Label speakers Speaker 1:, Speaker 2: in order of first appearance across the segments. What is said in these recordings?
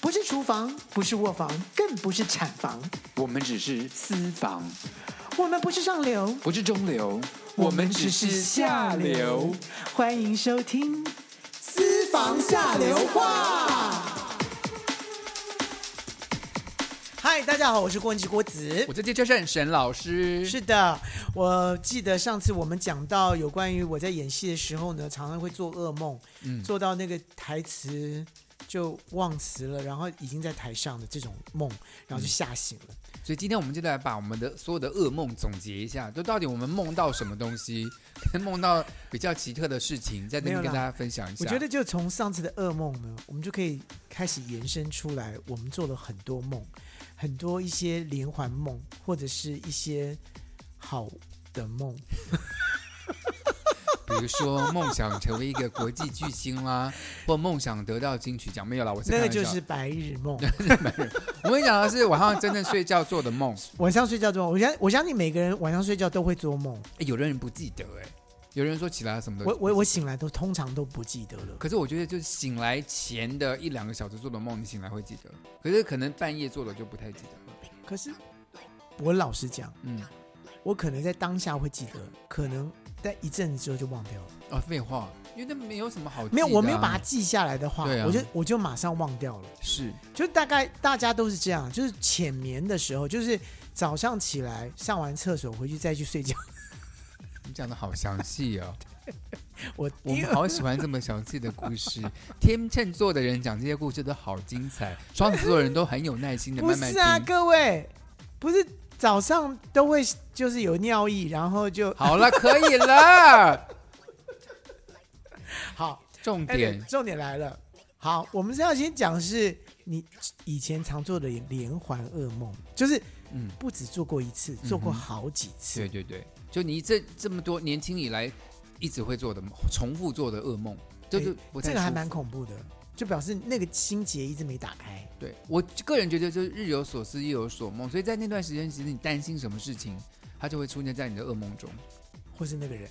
Speaker 1: 不是厨房，不是卧房，更不是产房，
Speaker 2: 我们只是私房，
Speaker 1: 我们不是上流，
Speaker 2: 不是中流，我们只是下流。。
Speaker 1: 欢迎收听《
Speaker 3: 私房下流话。
Speaker 1: 嗨，大家好，我是郭文琪郭子
Speaker 2: 我。在接车胜沈老师，
Speaker 1: 是的，我记得上次我们讲到有关于我在演戏的时候呢，常常会做噩梦，
Speaker 2: 嗯
Speaker 1: 做到那个台词就忘词了，然后已经在台上的这种梦，然后就吓醒了。
Speaker 2: 所以今天我们就来把我们的所有的噩梦总结一下，就到底我们梦到什么东西， 梦到比较奇特的事情，在那
Speaker 1: 没
Speaker 2: 边
Speaker 1: 有
Speaker 2: 跟
Speaker 1: 啦
Speaker 2: 大家分享一下。
Speaker 1: 我觉得就从上次的噩梦呢，我们就可以开始延伸出来，我们做了很多梦，很多一些连环梦，或者是一些好的 梦。
Speaker 2: 比如说梦想成为一个国际巨 星啦，或梦想得到金曲奖，没有啦，我是
Speaker 1: 那
Speaker 2: 开
Speaker 1: 个
Speaker 2: 玩笑。
Speaker 1: 就是白日 梦。
Speaker 2: 我跟你讲的是晚上真正睡觉做的梦，
Speaker 1: 晚上睡觉做梦，我相我相信每个人晚上睡觉都会做梦。
Speaker 2: 诶有的人不记得哎、有人说起来什么的。
Speaker 1: 我我我醒来都通常都不记得了。
Speaker 2: 可是我觉得就是醒来前的一两个小时做的梦，你醒来会记得，可是可能半夜做的就不太记得了。
Speaker 1: 可是我老实讲，
Speaker 2: 嗯，
Speaker 1: 我可能在当下会记得，可能在一阵子之后就忘掉了。
Speaker 2: 啊，废话，因为那没有什么好记的啊、
Speaker 1: 没有，我没有把它记下来的话，
Speaker 2: 对啊
Speaker 1: 我就我就马上忘掉了。
Speaker 2: 是
Speaker 1: 就大概大家都是这样，就是浅眠的时候，就是早上起来上完厕所回去再去睡觉。
Speaker 2: 你讲的好详细哦，
Speaker 1: 我
Speaker 2: 我们好喜欢这么详细的故 事。天秤座的人讲这些故事都好精彩，双子座的人都很有耐心 的
Speaker 1: 不
Speaker 2: 慢慢
Speaker 1: 是
Speaker 2: 听。
Speaker 1: 啊，各位，不是早上都会就是有尿意，然后就
Speaker 2: 好了，可以 了。
Speaker 1: 好。
Speaker 2: 重
Speaker 1: 哎
Speaker 2: 点，
Speaker 1: 重点来了。好，我们是要先讲是你以前常做的连环噩梦，就是
Speaker 2: 嗯，
Speaker 1: 不止做过一次，做过好几次。
Speaker 2: 对对对，就你这这么多年轻以来一直会做的梦，重复做的噩梦，就是不太
Speaker 1: 哎这个还
Speaker 2: 舒服
Speaker 1: 蛮恐怖的，就表示那个心结一直没打开。
Speaker 2: 对我个人觉得，就是日有所思，夜有所梦，所以在那段时间，其实你担心什么事情，它就会出现在你的噩梦中。
Speaker 1: 或是那个人，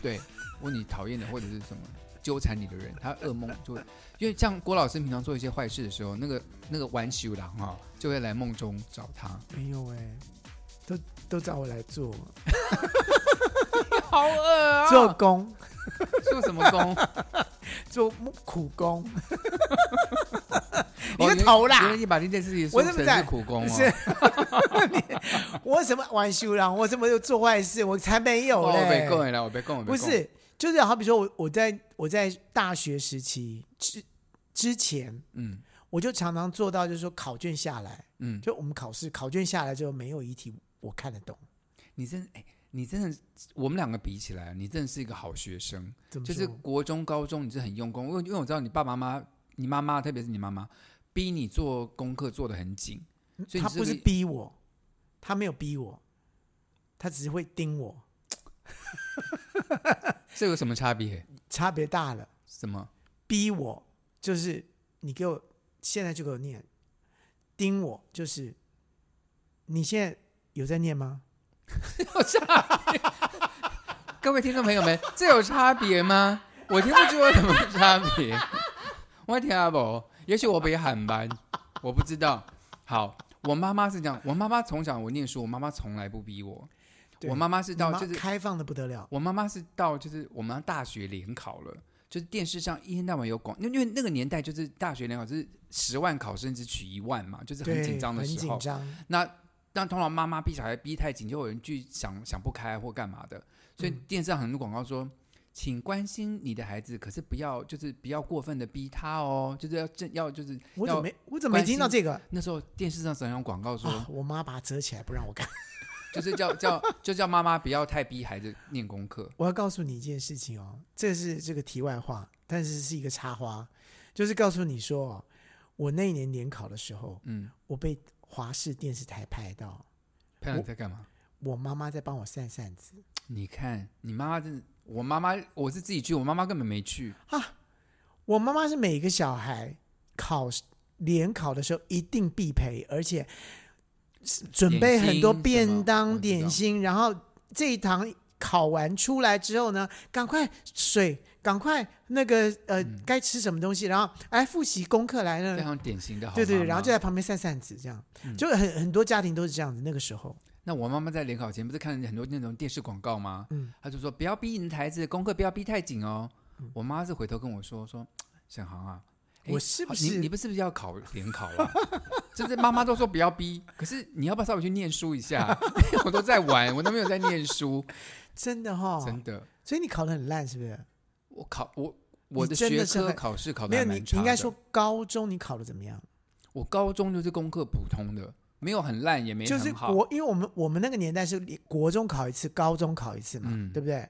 Speaker 2: 对，或你讨厌的，或者是什么纠缠你的人，他噩梦就会，因为像郭老师平常做一些坏事的时候，那个那个玩修郎哈，就会来梦中找 他。
Speaker 1: 没有哎、都都找我来做
Speaker 2: 好恶啊
Speaker 1: 做工，
Speaker 2: 做 什么工？
Speaker 1: 做苦工，
Speaker 2: 哦
Speaker 1: 你个头啦
Speaker 2: 原来你把这件事情
Speaker 1: 我
Speaker 2: 说
Speaker 1: 是不
Speaker 2: 成
Speaker 1: 是
Speaker 2: 是苦工
Speaker 1: 是
Speaker 2: 哦。
Speaker 1: 我什么玩修啦，我什么又做坏事，我才没有
Speaker 2: 哦我被
Speaker 1: 嘞。
Speaker 2: 供了，我被供了，
Speaker 1: 不是，就是好比说我我在我在大学时期之之前，
Speaker 2: 嗯
Speaker 1: 我就常常做到，就是说考卷下来，
Speaker 2: 嗯，
Speaker 1: 就我们考试考卷下来之后，没有一题我看得懂，
Speaker 2: 你真哎、你真的，我们两个比起来，啊你真的是一个好学生。
Speaker 1: 怎么
Speaker 2: 就
Speaker 1: 说？
Speaker 2: 是国中、高中你是很用功，因为因为我知道你爸爸妈妈、你妈妈，特别是你妈妈，逼你做功课做的很紧，所以
Speaker 1: 他
Speaker 2: 你是
Speaker 1: 不
Speaker 2: 不
Speaker 1: 是
Speaker 2: 是
Speaker 1: 逼我，他没有逼我，他只是会盯我，
Speaker 2: 这有什么差别？
Speaker 1: 差别大了。
Speaker 2: 什么？
Speaker 1: 逼我就是你给我现在就给我念，盯我就是你现在有在念吗？
Speaker 2: 各位听众朋友们，这有差别吗？我听不出有什么差别。我听阿伯，也许我被喊班，我不知道。好，我妈妈是这样，我妈妈从小我念书，我妈妈从来不逼我。
Speaker 1: 对
Speaker 2: 我妈妈是
Speaker 1: 你
Speaker 2: 到
Speaker 1: 妈
Speaker 2: 就是
Speaker 1: 开放的不得了，
Speaker 2: 我妈妈是到就是我们大学联考了，就是电视上一天到晚有广，因为因为那个年代就是大学联考就是十万考生只取一万嘛，就是很
Speaker 1: 对
Speaker 2: 紧张的
Speaker 1: 很
Speaker 2: 时
Speaker 1: 紧
Speaker 2: 候。
Speaker 1: 张。
Speaker 2: 那那通常妈妈逼小孩逼太紧，就有人去想想不开或干嘛的，所以
Speaker 1: 嗯
Speaker 2: 电视上很多广告说。请关心你的孩子，可是不要就是不要过分的逼他哦，就是要正要就是
Speaker 1: 我怎么
Speaker 2: 要
Speaker 1: 没我怎么没
Speaker 2: 关
Speaker 1: 听到
Speaker 2: 心
Speaker 1: 这个？
Speaker 2: 那时候电视上常常有 广告说，
Speaker 1: 啊！我妈把它折起来不让我看。
Speaker 2: 就是叫叫就叫妈妈不要太逼孩子念功课，
Speaker 1: 我要告诉你一件事情哦，这是这个题外话，但是是一个插花，就是告诉你说哦，我那一年联考的时候，
Speaker 2: 嗯，
Speaker 1: 我被华视电视台拍到，
Speaker 2: 拍到你在干嘛？
Speaker 1: 我妈妈在帮我扇扇子
Speaker 2: 你看，你妈妈真的，我妈妈我是自己去，我妈妈根本没去。
Speaker 1: 啊。我妈妈是每个小孩考联考的时候一定必陪，而且是准备很多
Speaker 2: 点心什
Speaker 1: 便
Speaker 2: 么我
Speaker 1: 当
Speaker 2: 知
Speaker 1: 点
Speaker 2: 道
Speaker 1: 心，然后这一堂考完出来之后呢，赶快水赶快那个呃
Speaker 2: 嗯
Speaker 1: 该吃什么东西，然后哎复习功课来
Speaker 2: 非
Speaker 1: 了，
Speaker 2: 常典型的好
Speaker 1: 嗯
Speaker 2: 嗯
Speaker 1: 对对，
Speaker 2: 妈
Speaker 1: 对
Speaker 2: 妈
Speaker 1: 然后就在旁边散散子，这样就很很多家庭都是这样子。那个时候，
Speaker 2: 那我妈妈在联考前不是看了很多那种电视广告吗？
Speaker 1: 嗯
Speaker 2: 她就说不要逼你的孩子，功课不要逼太紧哦。我妈是回头跟我说说，沈航啊，诶
Speaker 1: 我是不
Speaker 2: 好你
Speaker 1: 是
Speaker 2: 你不是不是要考联考啊？ 就是妈妈都说不要逼，可是你要不要稍微去念书一下？ 我都在玩，我都没有在念书，
Speaker 1: 真的哈、
Speaker 2: 真的。
Speaker 1: 所以你考得很烂是不是？
Speaker 2: 我考我我
Speaker 1: 你
Speaker 2: 的
Speaker 1: 真的
Speaker 2: 学
Speaker 1: 是
Speaker 2: 科
Speaker 1: 很
Speaker 2: 考试考
Speaker 1: 没有
Speaker 2: 的还
Speaker 1: 你，
Speaker 2: 蛮
Speaker 1: 你
Speaker 2: 差的。
Speaker 1: 应该说高中你考得怎么样？
Speaker 2: 我高中就是功课普通的，没有很烂，也没
Speaker 1: 就是
Speaker 2: 很好。
Speaker 1: 国，因为我们我们那个年代是国中考一次，高中考一次嘛，
Speaker 2: 嗯
Speaker 1: 对不对？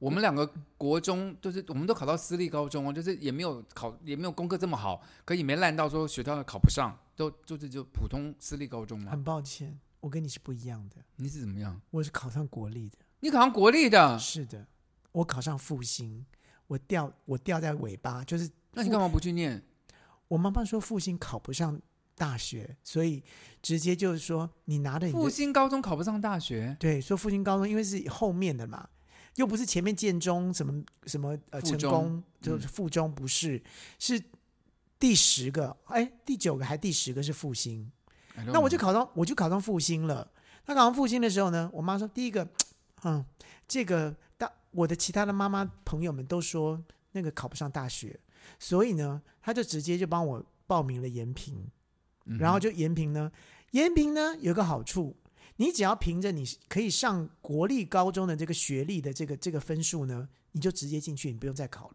Speaker 2: 我们两个国中就是我们都考到私立高中哦，就是也没有考也没有功课这么好，可也没烂到说学校考不上，都就是就普通私立高中嘛。
Speaker 1: 很抱歉，我跟你是不一样的，
Speaker 2: 你是怎么样？
Speaker 1: 我是考上国立的，
Speaker 2: 你考上国立的，
Speaker 1: 是的，我考上复兴，我掉我掉在尾巴，就是
Speaker 2: 那你干嘛不去念？
Speaker 1: 我妈妈说复兴考不上大学，所以直接就是说你拿着你
Speaker 2: 复
Speaker 1: 的
Speaker 2: 兴高中考不上大学，
Speaker 1: 对，说复兴高中因为是后面的嘛，又不是前面建中什么什么呃
Speaker 2: 附
Speaker 1: 成
Speaker 2: 中嗯
Speaker 1: 功就是附中不是、是第十个哎第九个还第十个是复兴。
Speaker 2: I don't
Speaker 1: 那我就
Speaker 2: know
Speaker 1: 考到我就考上复兴了。那考上复兴的时候呢，我妈说第一个，嗯，这个大我的其他的妈妈朋友们都说那个考不上大学，所以呢，她就直接就帮我报名了延平，
Speaker 2: 嗯
Speaker 1: 然后就延平呢，延平呢有个好处。你只要凭着你可以上国立高中的这个学历的这个这个分数呢，你就直接进去，你不用再考了。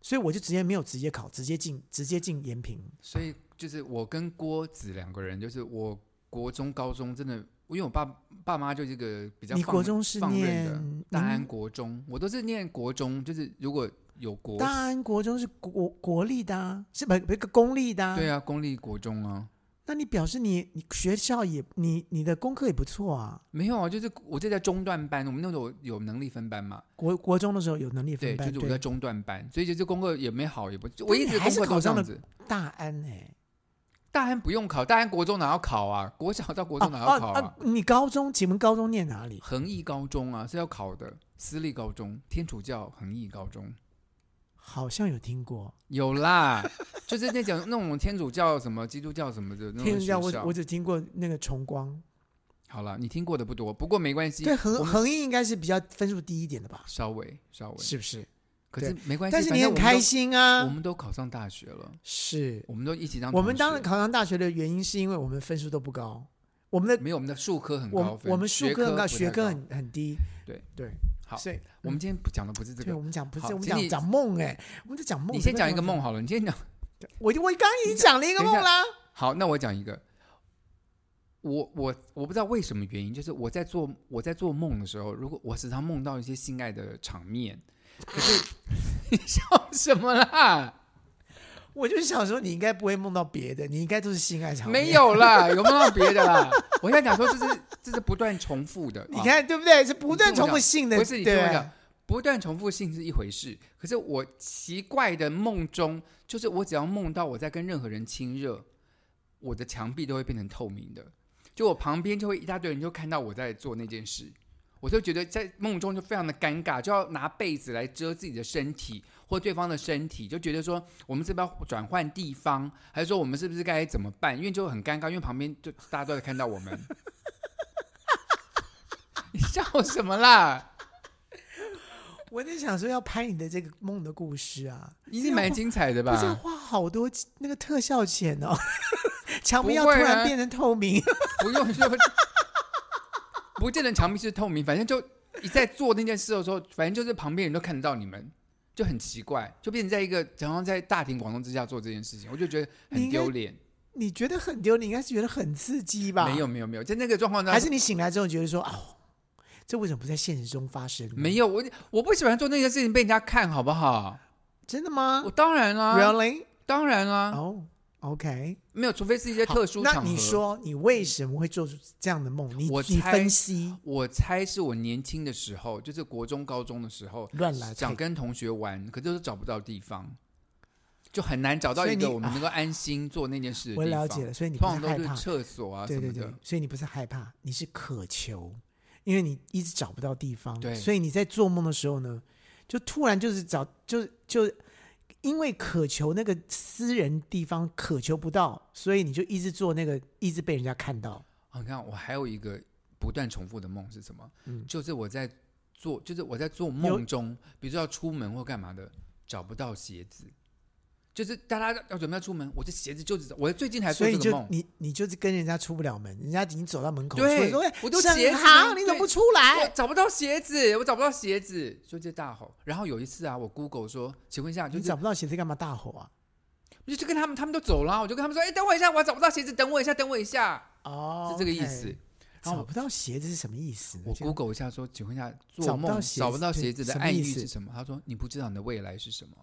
Speaker 1: 所以我就直接没有直接考，直接进直接进延平。
Speaker 2: 所以就是我跟郭子两个人，就是我国中高中真的，因为我爸爸妈就这个比较
Speaker 1: 你
Speaker 2: 放
Speaker 1: 国中是
Speaker 2: 放任
Speaker 1: 念嗯
Speaker 2: 的
Speaker 1: 您
Speaker 2: 大安国中，我都是念国中，就是如果有国
Speaker 1: 大安国中是国国立的、啊，是不不是公立的、啊？
Speaker 2: 对啊，公立国中啊。
Speaker 1: 那你表示你你学校也你你的功课也不错啊。
Speaker 2: 没有啊，就是我就在中段班，我们那时候有能力分班嘛，
Speaker 1: 国国中的时候有能力分
Speaker 2: 对，
Speaker 1: 班，
Speaker 2: 就是我在中段班，所以就是功课也没好，也不，就
Speaker 1: 但
Speaker 2: 我一直
Speaker 1: 你还
Speaker 2: 功
Speaker 1: 是
Speaker 2: 课
Speaker 1: 考
Speaker 2: 都这
Speaker 1: 上
Speaker 2: 样
Speaker 1: 了
Speaker 2: 子。
Speaker 1: 大安哎、
Speaker 2: 大安不用考，大安国中哪要考啊？国小到国
Speaker 1: 啊
Speaker 2: 中哪要考
Speaker 1: 啊啊！你高中，请问高中念哪里？
Speaker 2: 恒毅高中啊是要考的，私立高中，天主教恒毅高中
Speaker 1: 好像有听过
Speaker 2: 有啦，就是那种那种天主教什么基督教什么的那种
Speaker 1: 天主教，我
Speaker 2: 学校
Speaker 1: 我只听过那个崇光，
Speaker 2: 好了，你听过的不多，不过没关系，
Speaker 1: 对
Speaker 2: 我
Speaker 1: 恒
Speaker 2: 们
Speaker 1: 恒毅应该是比较分数低一点的吧？
Speaker 2: 稍微稍微，
Speaker 1: 是不是？
Speaker 2: 可是没关系，
Speaker 1: 但是
Speaker 2: 反
Speaker 1: 你很
Speaker 2: 正我们都
Speaker 1: 开、心
Speaker 2: 我
Speaker 1: 啊！
Speaker 2: 们都考上大学了，
Speaker 1: 是
Speaker 2: 我们都一起当
Speaker 1: 我们
Speaker 2: 同
Speaker 1: 当
Speaker 2: 学
Speaker 1: 时考上大学的原因是因为我们分数都不高，我们的
Speaker 2: 没有，我们的数科很高
Speaker 1: 我
Speaker 2: 分，
Speaker 1: 我们数
Speaker 2: 学
Speaker 1: 科很高，
Speaker 2: 不
Speaker 1: 学
Speaker 2: 太
Speaker 1: 科。很很低。
Speaker 2: 对
Speaker 1: 对，
Speaker 2: 好
Speaker 1: 所以
Speaker 2: 我们今天不讲的不是这
Speaker 1: 对
Speaker 2: 个，
Speaker 1: 我们讲不是
Speaker 2: 好
Speaker 1: 我们
Speaker 2: 请
Speaker 1: 讲
Speaker 2: 你
Speaker 1: 讲梦哎，我们在讲梦。
Speaker 2: 你先
Speaker 1: 在
Speaker 2: 讲一个
Speaker 1: 干嘛
Speaker 2: 梦好了，你先讲。
Speaker 1: 我我刚刚已经讲了一个
Speaker 2: 等一
Speaker 1: 梦
Speaker 2: 下
Speaker 1: 啦。
Speaker 2: 好，那我讲一个。我我我不知道为什么原因，就是我在做我在做梦的时候，如果我时常梦到一些性爱的场面，可是你笑什么啦？
Speaker 1: 我就想说，你应该不会梦到别的，你应该都是性爱场面
Speaker 2: 没，有啦，有梦到别的啦。我在讲说这是这是不断重复的，
Speaker 1: 你
Speaker 2: 啊
Speaker 1: 看对不对？是不
Speaker 2: 你
Speaker 1: 断
Speaker 2: 听我
Speaker 1: 重复
Speaker 2: 讲
Speaker 1: 性的，
Speaker 2: 不是你听我
Speaker 1: 对啊
Speaker 2: 讲，不断重复性是一回事，可是我奇怪的梦中，就是我只要梦到我在跟任何人亲热，我的墙壁都会变成透明的，就我旁边就会一大堆人就看到我在做那件事，我就觉得在梦中就非常的尴尬，就要拿被子来遮自己的身体或对方的身体，就觉得说我们是不是要转换地方，还是说我们是不是该怎么办？因为就很尴尬，因为旁边就大家都在看到我们。 你笑什么啦？
Speaker 1: 我在想说要拍你的这个梦的故事啊，
Speaker 2: 一定蛮精彩的
Speaker 1: 不是要
Speaker 2: 吧？
Speaker 1: 花好多那个特效钱哦， 墙壁
Speaker 2: 不
Speaker 1: 要突
Speaker 2: 会
Speaker 1: 然
Speaker 2: 啊
Speaker 1: 变成透明，
Speaker 2: 不用就 不见得墙壁是透明，反正就你在做那件事的时候，反正就是旁边人都看得到你们，就很奇怪，就变成在一个好像在大庭广众之下做这件事情，我就觉得很丢脸。
Speaker 1: 你觉得很丢脸，你应该是觉得很刺激吧？
Speaker 2: 没有没有没有，在那个状况
Speaker 1: 啊还
Speaker 2: 当
Speaker 1: 是
Speaker 2: 中
Speaker 1: 你醒来之后觉得说，哦，这为什么不在现实中发生呢？
Speaker 2: 没有我我不喜欢做那件事情被人家看，好不好？
Speaker 1: 真的吗
Speaker 2: 我啊当然啦、
Speaker 1: ？Really？
Speaker 2: 当然啦、
Speaker 1: 哦、o k
Speaker 2: 没有，除非是一些特殊
Speaker 1: 那
Speaker 2: 场合。
Speaker 1: 你说你为什么会做出这样的梦？你
Speaker 2: 我
Speaker 1: 你
Speaker 2: 猜
Speaker 1: 分析
Speaker 2: 我猜是我年轻的时候，就是国中、高中的时候，
Speaker 1: 乱来
Speaker 2: 想
Speaker 1: 太
Speaker 2: 跟同学玩，可就是找不到地方，就很难找到
Speaker 1: 所以
Speaker 2: 一个
Speaker 1: 你啊
Speaker 2: 我们能够安心做那件事的
Speaker 1: 我
Speaker 2: 地方。
Speaker 1: 了解了，所以你不
Speaker 2: 通
Speaker 1: 是
Speaker 2: 常
Speaker 1: 害
Speaker 2: 都
Speaker 1: 怕
Speaker 2: 是，厕所啊
Speaker 1: 对
Speaker 2: 什
Speaker 1: 对
Speaker 2: 么
Speaker 1: 对
Speaker 2: 的。，
Speaker 1: 所以你不是害怕，你是渴求，因为你一直找不到地方，
Speaker 2: 对
Speaker 1: 所以你在做梦的时候呢，就突然就是找就就因为渴求那个私人地方渴求不到，所以你就一直做那个，一直被人家看到。
Speaker 2: 哦，你看，我还有一个不断重复的梦是什么？
Speaker 1: 嗯
Speaker 2: 就是我在做，就是我在做
Speaker 1: 有
Speaker 2: 梦中，比如说要出门或干嘛的，找不到鞋子，就是大家要准备要出门，我这鞋子就只我最近还
Speaker 1: 所
Speaker 2: 做
Speaker 1: 以
Speaker 2: 这
Speaker 1: 你
Speaker 2: 个
Speaker 1: 就
Speaker 2: 梦，
Speaker 1: 你你就是跟人家出不了门，人家已经走到门口，
Speaker 2: 对
Speaker 1: 说哎
Speaker 2: 我都
Speaker 1: 沈
Speaker 2: 鞋子
Speaker 1: 航
Speaker 2: 呢
Speaker 1: 你怎么
Speaker 2: 对
Speaker 1: 不出
Speaker 2: 我
Speaker 1: 来？
Speaker 2: 哎找不到鞋子，我找不到鞋子，就这大吼。然后有一次啊，我 Google 说，请问一下，就
Speaker 1: 你
Speaker 2: 是
Speaker 1: 找不到鞋子干嘛大吼啊？
Speaker 2: 我就去跟他们，他们都走了，我就跟他们说，哎，等我一下，我找不到鞋子，等我一下，等我一下，
Speaker 1: 哦，
Speaker 2: 是这个意思。。然
Speaker 1: 找
Speaker 2: 后我
Speaker 1: 不到鞋子是什么意思呢？
Speaker 2: 我
Speaker 1: 这样
Speaker 2: Google 一下说，请问一下，
Speaker 1: 找
Speaker 2: 做
Speaker 1: 不
Speaker 2: 梦
Speaker 1: 到鞋
Speaker 2: 找
Speaker 1: 子
Speaker 2: 不到
Speaker 1: 对
Speaker 2: 鞋子的
Speaker 1: 什么
Speaker 2: 暗
Speaker 1: 意
Speaker 2: 喻
Speaker 1: 思
Speaker 2: 是什么？他说你不知道你的未来是什么。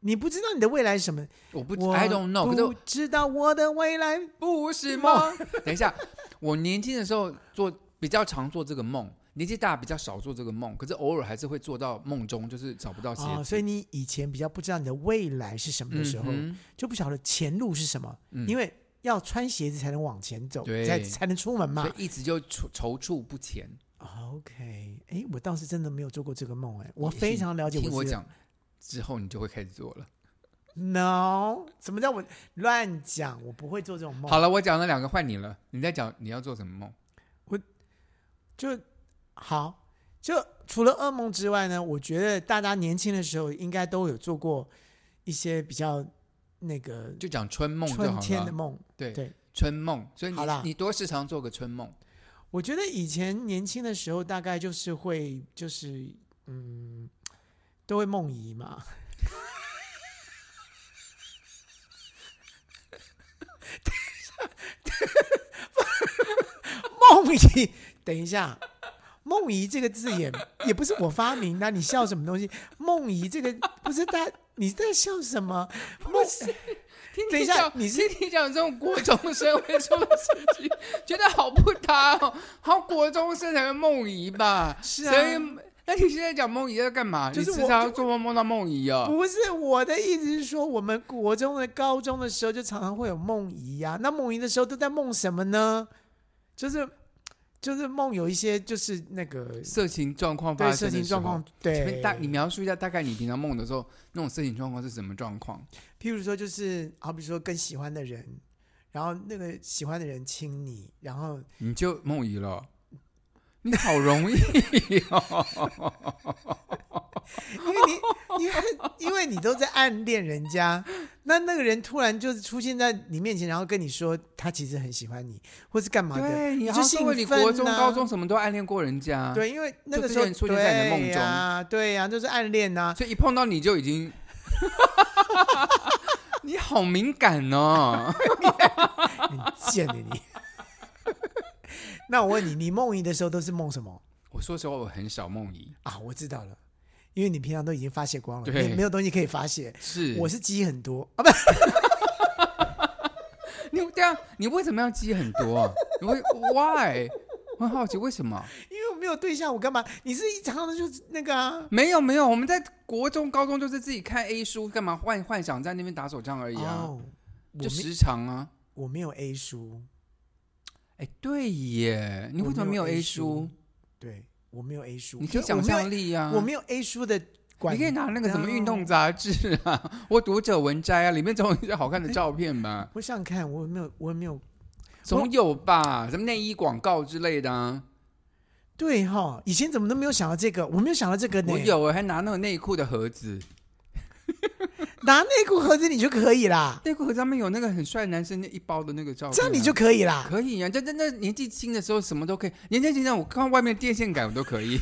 Speaker 1: 你不知道你的未来是什么？
Speaker 2: 我不
Speaker 1: 我
Speaker 2: ，I don't know，可是
Speaker 1: 不知道我的未来。
Speaker 2: 不是梦。 等一下，我年轻的时候做比较常做这个梦，年纪大比较少做这个梦，可是偶尔还是会做到梦中，就是找不到鞋子。
Speaker 1: 哦，所以你以前比较不知道你的未来是什么的时候，
Speaker 2: 嗯
Speaker 1: 就不晓得前路是什么，
Speaker 2: 嗯
Speaker 1: 因为要穿鞋子才能往前走，
Speaker 2: 对
Speaker 1: 才才能出门
Speaker 2: 哼，所
Speaker 1: 嘛。
Speaker 2: 以一直就踌踌躇不前。
Speaker 1: OK，哎，我倒是真的没有做过这个梦，哎，我
Speaker 2: 也许
Speaker 1: 非常了解
Speaker 2: 听
Speaker 1: 我
Speaker 2: 我
Speaker 1: 自己。
Speaker 2: 讲之后，你就会开始做了。
Speaker 1: No，什么叫我乱讲？我不会做这种梦。
Speaker 2: 好了，我讲了两个，换你了。你在讲你要做什么梦？
Speaker 1: 就好，就除了噩梦之外呢，我觉得大家年轻的时候应该都有做过一些比较那个
Speaker 2: 就讲春梦就
Speaker 1: 春
Speaker 2: 好
Speaker 1: 天的
Speaker 2: 了。
Speaker 1: 梦。
Speaker 2: 对
Speaker 1: 对
Speaker 2: 春梦。所以你
Speaker 1: 好啦
Speaker 2: 你多时常做个春梦。
Speaker 1: 我觉得以前年轻的时候，大概就是会就是嗯，都会梦遗嘛。 梦遗，等一下，梦遗这个字眼也不是我发明的，你笑什么东西？梦遗这个不是大，你在笑什么？梦
Speaker 2: 听
Speaker 1: 等
Speaker 2: 你
Speaker 1: 一下
Speaker 2: 讲，
Speaker 1: 你是
Speaker 2: 听你讲这种国中生会做的事情，觉得好不搭哦，好国中生才会梦遗吧？
Speaker 1: 是啊
Speaker 2: 所以那你现在讲梦遗在干嘛？
Speaker 1: 就是
Speaker 2: 你
Speaker 1: 我
Speaker 2: 时常做梦梦到梦遗哦。
Speaker 1: 不是我的意思是说，我们国中的、高中的时候就常常会有梦遗呀、那梦遗的时候都在梦什么呢？就是就是梦有一些就是那个
Speaker 2: 色情状况发
Speaker 1: 对
Speaker 2: 生
Speaker 1: 色情
Speaker 2: 的时候
Speaker 1: 状况，，
Speaker 2: 请问
Speaker 1: 对，
Speaker 2: 大你描述一下大概你平常梦的时候那种色情状况是什么状况？
Speaker 1: 譬如说就是好比说跟喜欢的人，然后那个喜欢的人亲你，然后
Speaker 2: 你就梦遗了。你好容易哦，
Speaker 1: 因为你因为因为你都在暗恋人家，那那个人突然就是出现在你面前，然后跟你说他其实很喜欢你，或是干嘛的，
Speaker 2: 对，你
Speaker 1: 就
Speaker 2: 好像
Speaker 1: 兴
Speaker 2: 说你
Speaker 1: 奋啊
Speaker 2: 国中、
Speaker 1: 呐
Speaker 2: 高中什么都暗恋过人家，，
Speaker 1: 对，因为那
Speaker 2: 啊就
Speaker 1: 个
Speaker 2: 之
Speaker 1: 时候
Speaker 2: 前出现在你的梦
Speaker 1: 对呀对呀、就是暗恋 呐、
Speaker 2: 所以一碰到你就 已经，你好敏感 哦。
Speaker 1: 很贱的哎你。 那我问你，你梦遗的时候都是梦什么
Speaker 2: 我说实话，我很少梦遗，
Speaker 1: 啊？我知道了，因为你平常都已经发泄光了，
Speaker 2: 对
Speaker 1: 你没有东西可以发泄。
Speaker 2: 是
Speaker 1: 我是积很多啊，不，
Speaker 2: 你对啊，你为什么要积很多、啊？ 你会 why？我很好奇为什么？
Speaker 1: 因为我没有对象，我干嘛？你是一常常就是那个啊。
Speaker 2: 没有没有，我们在国中、高中就是自己看 A 书，干嘛幻幻想在那边打手枪而已啊，
Speaker 1: 哦，我
Speaker 2: 就
Speaker 1: 没
Speaker 2: 时常啊。
Speaker 1: 我没有 A 书，
Speaker 2: 哎，对耶，你
Speaker 1: 我
Speaker 2: 为什么没有
Speaker 1: A
Speaker 2: A 书？？
Speaker 1: 对，我没有 A 书，
Speaker 2: 你可以
Speaker 1: 就
Speaker 2: 想
Speaker 1: 我没有
Speaker 2: 象力啊，
Speaker 1: 我没有 A 书的管，
Speaker 2: 你可以拿那个什么运动
Speaker 1: 哦。
Speaker 2: 杂志啊， 或读者文摘啊，里面总有一些好看的照片吧。
Speaker 1: 我想想看，我没有，我没有
Speaker 2: 总有吧，什么内衣广告之类的啊。
Speaker 1: 对哈、以前怎么都没有想到这个，我没有想到这个呢。
Speaker 2: 我有，我还拿那种内裤的盒子，
Speaker 1: 拿内裤盒子你就可以啦，
Speaker 2: 内裤盒上面有那个很帅男生那一包的那个照片啊、
Speaker 1: 这样你就哦可以啦。
Speaker 2: 可以啊。这这那年纪轻的时候什么都可以，年纪轻的我看外面电线杆我都可 以。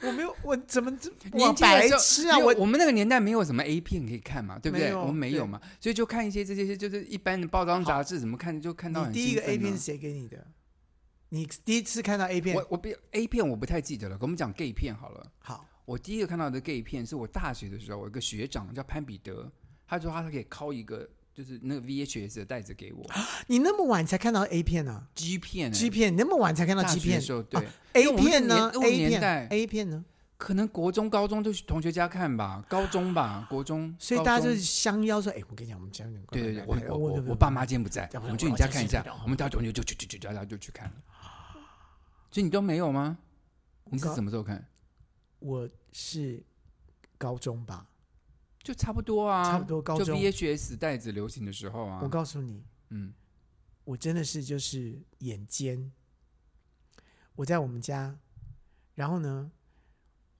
Speaker 1: 我没有，我怎么这我
Speaker 2: 年轻的
Speaker 1: 白
Speaker 2: 时候
Speaker 1: 痴啊？
Speaker 2: 因为
Speaker 1: 我
Speaker 2: 我们那个年代没有什么 A 片可以看嘛，对不
Speaker 1: 没
Speaker 2: 对？
Speaker 1: 有
Speaker 2: 我们没有嘛，所以就看一些这些就是一般的报章杂志，怎么看就看到
Speaker 1: 你
Speaker 2: 很
Speaker 1: 第一个
Speaker 2: 兴
Speaker 1: A
Speaker 2: 奋啊
Speaker 1: 片是谁给你的？你第一次看到 A 片，
Speaker 2: 我我比 A 片我不太记得了，我们讲 gay 片好了。
Speaker 1: 好
Speaker 2: 我第一个看到的 gay 片是我大学的时候，我一个学长叫潘彼得，他说他可以拷一个就是那个 VHS 的袋子给我
Speaker 1: 你那么晚才看到 A 片呢、
Speaker 2: G 片、欸、
Speaker 1: 啊 g 片你那么晚才看到
Speaker 2: 大
Speaker 1: G
Speaker 2: 学的
Speaker 1: 片啊
Speaker 2: 时候对，
Speaker 1: ，A 片呢
Speaker 2: 因为
Speaker 1: ？A
Speaker 2: 我们那个年我们年代
Speaker 1: 片 A 片呢？
Speaker 2: 可能国中、高中都去同学家看吧，高中吧，国中，
Speaker 1: 所以大家
Speaker 2: 高中
Speaker 1: 就是哎相邀说：“哎，我跟你讲，我们讲点
Speaker 2: 对对对，我我我我爸妈今天不在，
Speaker 1: 要不
Speaker 2: 我
Speaker 1: 然
Speaker 2: 们去
Speaker 1: 我
Speaker 2: 你家
Speaker 1: 我
Speaker 2: 看一下
Speaker 1: 我，
Speaker 2: 我们到同学就去去去，然后就去看了。所以你都没有吗？你是
Speaker 1: 高
Speaker 2: 什么时候看？
Speaker 1: 我是高中吧，
Speaker 2: 就差不多啊，
Speaker 1: 差不多高
Speaker 2: 就
Speaker 1: 中。
Speaker 2: VHS 袋子流行的时候啊
Speaker 1: 我。告诉你，
Speaker 2: 嗯，
Speaker 1: 我真的是就是眼尖。我在我们家，然后呢，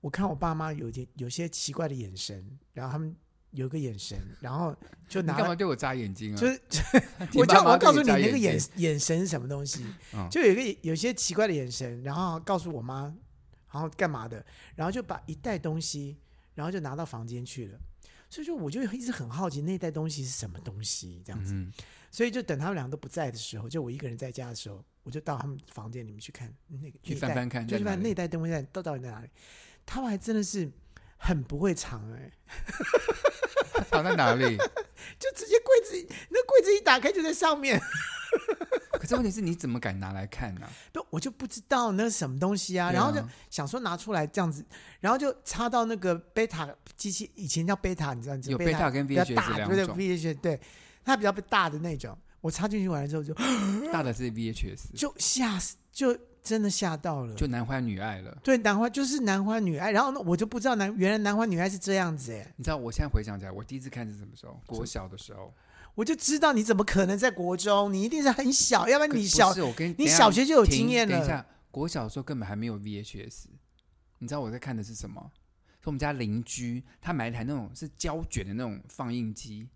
Speaker 1: 我看我爸妈有点有些奇怪的眼神，然后他们有一个眼神，然后就
Speaker 2: 你
Speaker 1: 拿
Speaker 2: 干嘛
Speaker 1: 了，
Speaker 2: 对我眨眼睛啊？
Speaker 1: 就是
Speaker 2: 你
Speaker 1: 我
Speaker 2: 爸
Speaker 1: 叫
Speaker 2: 妈
Speaker 1: 我告诉
Speaker 2: 对
Speaker 1: 你
Speaker 2: 眨
Speaker 1: 那个
Speaker 2: 眼
Speaker 1: 眼
Speaker 2: 睛，
Speaker 1: 眼神是什么东西，
Speaker 2: 嗯
Speaker 1: 就有一个有些奇怪的眼神，然后告诉我妈，然后干嘛的，然后就把一袋东西，然后就拿到房间去了。所以说，我就一直很好奇那袋东西是什么东西，这样子。
Speaker 2: 嗯，
Speaker 1: 所以就等他们俩都不在的时候，就我一个人在家的时候，我就到他们房间里面去看那个
Speaker 2: 去
Speaker 1: 那
Speaker 2: 翻
Speaker 1: 袋
Speaker 2: 翻看
Speaker 1: 就
Speaker 2: 在
Speaker 1: 是
Speaker 2: 哪
Speaker 1: 看
Speaker 2: 里
Speaker 1: 那袋东西在到到底在哪里。他们还真的是很不会藏哎、
Speaker 2: 它藏在哪里？
Speaker 1: 就直接柜子那柜子一打开就在上面，
Speaker 2: 可是问题是，你怎么敢拿来看呢？
Speaker 1: 都我就不知道那是什么东西啊，
Speaker 2: 对
Speaker 1: 然后就
Speaker 2: 啊
Speaker 1: 想说拿出来这样子，然后就插到那个贝塔机器，以前叫贝塔，你知道你知道
Speaker 2: 有
Speaker 1: 贝塔
Speaker 2: beta 跟
Speaker 1: 比较
Speaker 2: VHS
Speaker 1: 大，
Speaker 2: 两
Speaker 1: 对对
Speaker 2: 种
Speaker 1: ，VHS 对，它比较大的那种，我插进去完了之后就
Speaker 2: 大的是 VHS，
Speaker 1: 就吓死，就真的吓到了，
Speaker 2: 就男欢女爱了。
Speaker 1: 对，男欢就是男欢女爱，然后呢，我就不知道男原来男欢女爱是这样子哎，
Speaker 2: 你知道我现在回想起来，我第一次看是什么时候？国小的时候。
Speaker 1: 我就知道你怎么可能在国中，你一定是很小，要不然
Speaker 2: 可
Speaker 1: 你
Speaker 2: 不
Speaker 1: 小
Speaker 2: 是我跟
Speaker 1: 你
Speaker 2: 等一下
Speaker 1: 小学就有
Speaker 2: 停
Speaker 1: 经验
Speaker 2: 等一
Speaker 1: 了。
Speaker 2: 下，国小的时候根本还没有 VHS，你知道我在看的是什么？是我们家邻居他买一台那种是胶卷的那种放映机，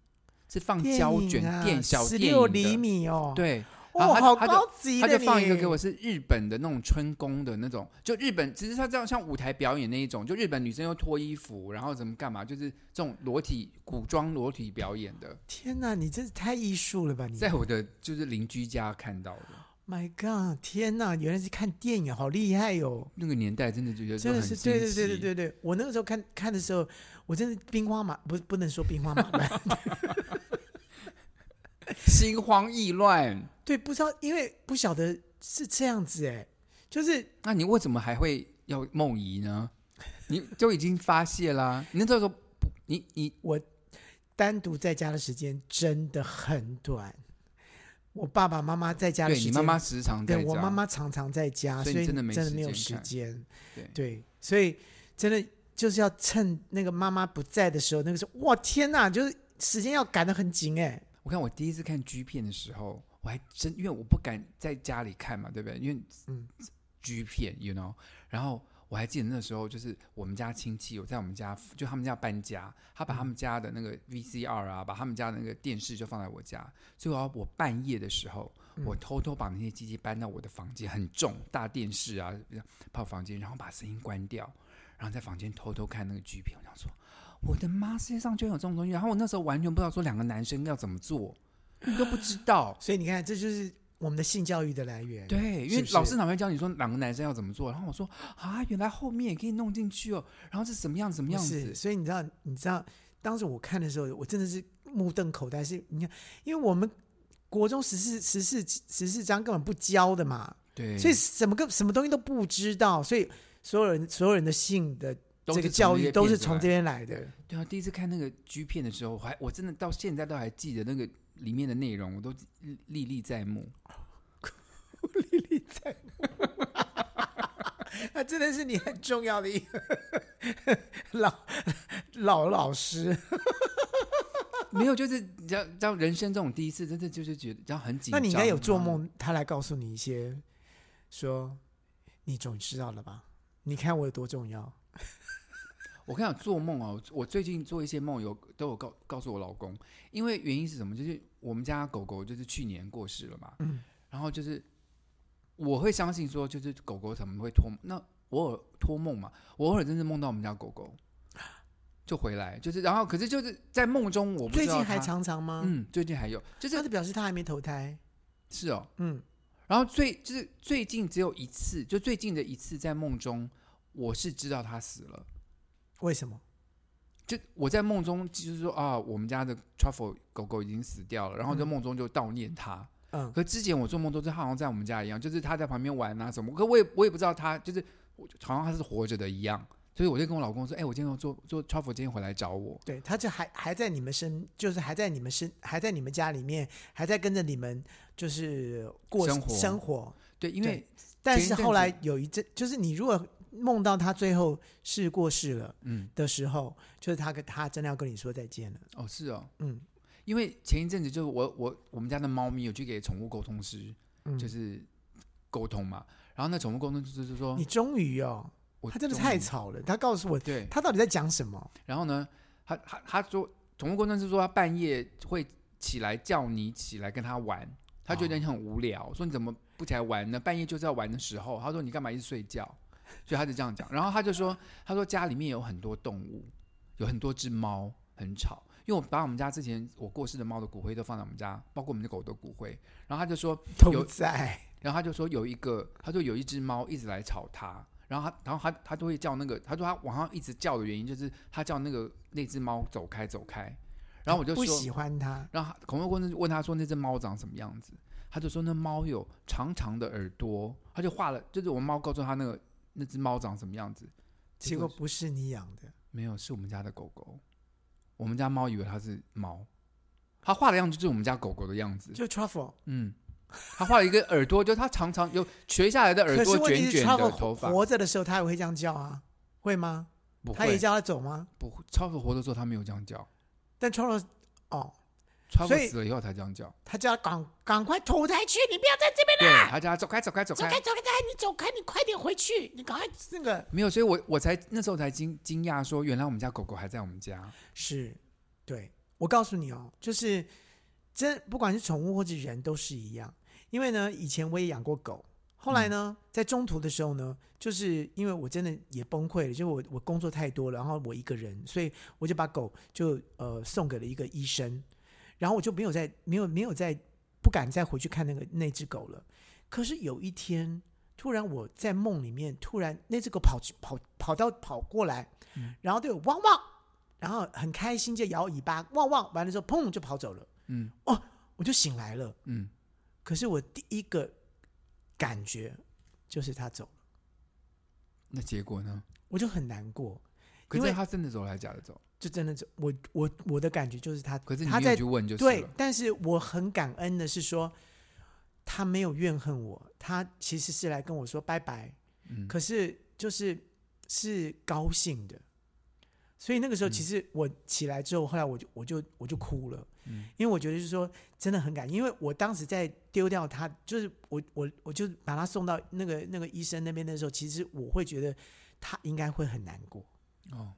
Speaker 2: 是放
Speaker 1: 电
Speaker 2: 胶
Speaker 1: 影
Speaker 2: 卷
Speaker 1: 啊
Speaker 2: 电小
Speaker 1: 十
Speaker 2: 电
Speaker 1: 六
Speaker 2: 影
Speaker 1: 厘
Speaker 2: 的
Speaker 1: 米哦，，
Speaker 2: 对，然后
Speaker 1: 哦，
Speaker 2: 他
Speaker 1: 好
Speaker 2: 他就
Speaker 1: 高级
Speaker 2: 他
Speaker 1: 的
Speaker 2: 就放一个
Speaker 1: 你
Speaker 2: 给我，是日本的那种春宫的那种，就日本，其实他这样像舞台表演那一种，就日本女生又脱衣服，然后怎么干嘛，就是这种裸体古装裸体表演的，
Speaker 1: 天哪，你真是太艺术了吧你
Speaker 2: 在我的就是邻居家看到的，
Speaker 1: ！My God，天哪，原来是看电影，好厉害哦！
Speaker 2: 那个年代真的觉得
Speaker 1: 真的是，对对对对
Speaker 2: 对，
Speaker 1: 对对，我那个时候看看的时候，我真的兵荒马不是不能说兵荒马 乱，
Speaker 2: 心慌意乱。
Speaker 1: 对，不知道因为不晓得是这样子哎，就是
Speaker 2: 那你为什么还会要梦遗呢？你就已经发泄 啦，你那时候不，你你
Speaker 1: 单独在家的时间真的很短。我爸爸妈妈在家的
Speaker 2: 对
Speaker 1: 时
Speaker 2: 你
Speaker 1: 间，
Speaker 2: 妈妈时常在
Speaker 1: 对
Speaker 2: 家，
Speaker 1: 我妈妈常常在家，
Speaker 2: 所
Speaker 1: 所
Speaker 2: 以你真的没
Speaker 1: 真的
Speaker 2: 时
Speaker 1: 没有
Speaker 2: 间
Speaker 1: 时
Speaker 2: 看
Speaker 1: 间。
Speaker 2: 对
Speaker 1: 所以真的就是要趁那个妈妈不在的时候，那个时候，哇天哪，就是时间要赶得很紧哎。
Speaker 2: 我看我第一次看 G 片的时候，我还真因为我不敢在家里看嘛，对不对？因为
Speaker 1: 嗯。
Speaker 2: G 片，you know。然后我还记得那时候，就是我们家亲戚有在我们家，就他们家搬家，他把他们家的那个 VCR 啊，把他们家的那个电视就放在我家，所以我要我半夜的时候，我偷偷把那些机器搬到我的房间，很重大电视啊，跑房间，然后把声音关掉，然后在房间偷偷看那个 G 片，我想说。我的妈！世界上居然有这种东西，然后我那时候完全不知道说两个男生要怎么做，你都不知道
Speaker 1: 所以你看，这就是我们的性教育的来源。
Speaker 2: 对，因
Speaker 1: 是
Speaker 2: 为
Speaker 1: 不是
Speaker 2: 老师哪会教你说两个男生要怎么做？然后我说啊，原来后面也可以弄进去哦。然后是什么样什么
Speaker 1: 不
Speaker 2: 样
Speaker 1: 是，
Speaker 2: 子？
Speaker 1: 所以你知道，你知道，当时我看的时候，我真的是目瞪口呆。是，你看，因为我们国中十四、十四、十四章根本不教的嘛，
Speaker 2: 对，
Speaker 1: 所以什么个什么东西都不知道，所以所有人所有人的性的
Speaker 2: 都
Speaker 1: 这
Speaker 2: 是
Speaker 1: 个
Speaker 2: 从
Speaker 1: 教
Speaker 2: 些
Speaker 1: 育都
Speaker 2: 片
Speaker 1: 是
Speaker 2: 子
Speaker 1: 从
Speaker 2: 来
Speaker 1: 这边来的。
Speaker 2: 对啊，第一次看那个 G 片的时候，我还我真的到现在都还记得那个里面的内容，我都历历历在目。
Speaker 1: 那真的是你很重要的一个 老老老师。
Speaker 2: 没有，就是你知道，知道人生这种第一次，真的就是觉得然后很紧
Speaker 1: 那
Speaker 2: 张。啊
Speaker 1: 你应该有做
Speaker 2: 然后
Speaker 1: 梦，他来告诉你一些，说你总知道了吧？你看我有多重要。
Speaker 2: 我跟你讲，做梦哦，我最近做一些梦有都有告告诉我老公，因为原因是什么？就是我们家狗狗就是去年过世了嘛，
Speaker 1: 嗯
Speaker 2: 然后就是我会相信说，就是狗狗怎么会托梦那我偶尔托梦嘛，我偶尔真是梦到我们家狗狗就回来，就是然后可是就是在梦中我不
Speaker 1: 最
Speaker 2: 知道
Speaker 1: 近还
Speaker 2: 它
Speaker 1: 常常吗？
Speaker 2: 嗯，最近还有就
Speaker 1: 这
Speaker 2: 是
Speaker 1: 就表示他还没投胎。
Speaker 2: 是哦，
Speaker 1: 嗯，
Speaker 2: 然后最就是最近只有一次，就最近的一次在梦中，我是知道它死了。
Speaker 1: 为什么？
Speaker 2: 就我在梦中就是说啊，我们家的 truffle 狗狗已经死掉了，然后在
Speaker 1: 嗯
Speaker 2: 梦中就悼念它。
Speaker 1: 嗯，
Speaker 2: 可之前我做梦都是它好像在我们家一样，就是它在旁边玩啊什么，可我也我也不知道它就是我好像它是活着的一样，所以我就跟我老公说，哎、我今天要做做 truffle 今天回来找我，
Speaker 1: 对，他就还还在你们身，就是还在你们身，还在你们家里面，还在跟着你们，就是过
Speaker 2: 生活
Speaker 1: 生活。
Speaker 2: 对，因为
Speaker 1: 但
Speaker 2: 前
Speaker 1: 是
Speaker 2: 一阵子
Speaker 1: 后来有一阵，就是你如果梦到他最后是过世了
Speaker 2: 嗯，
Speaker 1: 的时候，就是他跟他真的要跟你说再见了。
Speaker 2: 哦，是哦，
Speaker 1: 嗯
Speaker 2: 因为前一阵子就是我我我们家的猫咪有去给宠物沟通师，
Speaker 1: 嗯，
Speaker 2: 就是沟通嘛，然后那宠物沟通师就是说
Speaker 1: 你，终于哦，
Speaker 2: 我
Speaker 1: 他真的
Speaker 2: 终
Speaker 1: 太
Speaker 2: 于
Speaker 1: 吵了。他告诉我，
Speaker 2: 对，
Speaker 1: 他到底在讲什么？
Speaker 2: 然后呢，他他他说，宠物工程师说他半夜会起来叫你起来跟他玩，他觉得你很无聊，说你怎么不起来玩呢？半夜就是要玩的时候，他说你干嘛一直睡觉？所以他就这样讲。然后他就说，他说家里面有很多动物，有很多只猫，很吵。因为我把我们家之前我过世的猫的骨灰都放在我们家，包括我们的狗的骨灰。然后他就说，
Speaker 1: 都
Speaker 2: 有
Speaker 1: 在
Speaker 2: 然后他就说有一个，他说有一只猫一直来吵他，然后他，然后他他就会叫那个，他说他晚上一直叫的原因就是他叫那个那只猫走开走开，然后我就
Speaker 1: 不
Speaker 2: 说，
Speaker 1: 喜欢他，
Speaker 2: 然后恐龙公司问他说那只猫长什么样子，他就说那猫有长长的耳朵，他就画了，就是我猫告诉他那个那只猫长什么样子，
Speaker 1: 结果不是你养的，
Speaker 2: 没有，是我们家的狗狗，我们家猫以为它是猫，它画的样子就是我们家狗狗的样子，
Speaker 1: 就 truffle。
Speaker 2: 嗯，他画了一个耳朵，就是他常常有垂下来的耳
Speaker 1: 可
Speaker 2: 朵
Speaker 1: 是，问题
Speaker 2: 卷
Speaker 1: 是
Speaker 2: 卷的头
Speaker 1: ，truffle
Speaker 2: 发，
Speaker 1: 活着的时候，他也会这样叫啊，会吗？
Speaker 2: 不
Speaker 1: 他也
Speaker 2: 会，
Speaker 1: 叫他走吗？
Speaker 2: 不会。超佛活的时候他没有这样叫，
Speaker 1: 但 truffle 哦，
Speaker 2: 超佛
Speaker 1: 所以
Speaker 2: 死了以后才这样叫。
Speaker 1: 他叫他赶赶快投胎去，你不要在这边
Speaker 2: 对，他叫他走开，走开，走
Speaker 1: 走
Speaker 2: 开
Speaker 1: 开，走开，走开你走开，你快点回去，你赶快那个
Speaker 2: 没有，所以我我才那时候才惊惊讶说，原来我们家狗狗还在我们家。
Speaker 1: 是，对我告诉你哦，就是真不管是宠物或者人都是一样，因为呢，以前我也养过狗，后来呢，在中途的时候呢，就是因为我真的也崩溃了，就是我我工作太多了，然后我一个人，所以我就把狗就呃送给了一个医生，然后我就没有再没有没有再不敢再回去看那个那只狗了。可是有一天，突然我在梦里面，突然那只狗跑去跑跑到跑过来，然后对我汪汪，然后很开心就摇尾巴汪汪，完了之后砰就跑走了，
Speaker 2: 嗯
Speaker 1: 我就醒来了。
Speaker 2: 嗯，
Speaker 1: 可是我第一个感觉就是它走了，
Speaker 2: 那结果呢？
Speaker 1: 我就很难过，
Speaker 2: 可
Speaker 1: 因为
Speaker 2: 是他真的走了还是假的走？
Speaker 1: 就真的走。我我我的感觉就是它，
Speaker 2: 可是你
Speaker 1: 它
Speaker 2: 没有
Speaker 1: 在
Speaker 2: 去问就是
Speaker 1: 对
Speaker 2: 了。，
Speaker 1: 但是我很感恩的是说，他没有怨恨我，他其实是来跟我说拜拜，
Speaker 2: 嗯
Speaker 1: 可是就是是高兴的。所以那个
Speaker 2: 嗯
Speaker 1: 时候，其实我起来之后，后来我就我就我就哭了，
Speaker 2: 嗯
Speaker 1: 因为我觉得就是说真的很感，因为我当时在丢掉他，就是我我我就把他送到那个那个医生那边的时候，其实我会觉得他应该会很难过，
Speaker 2: 哦，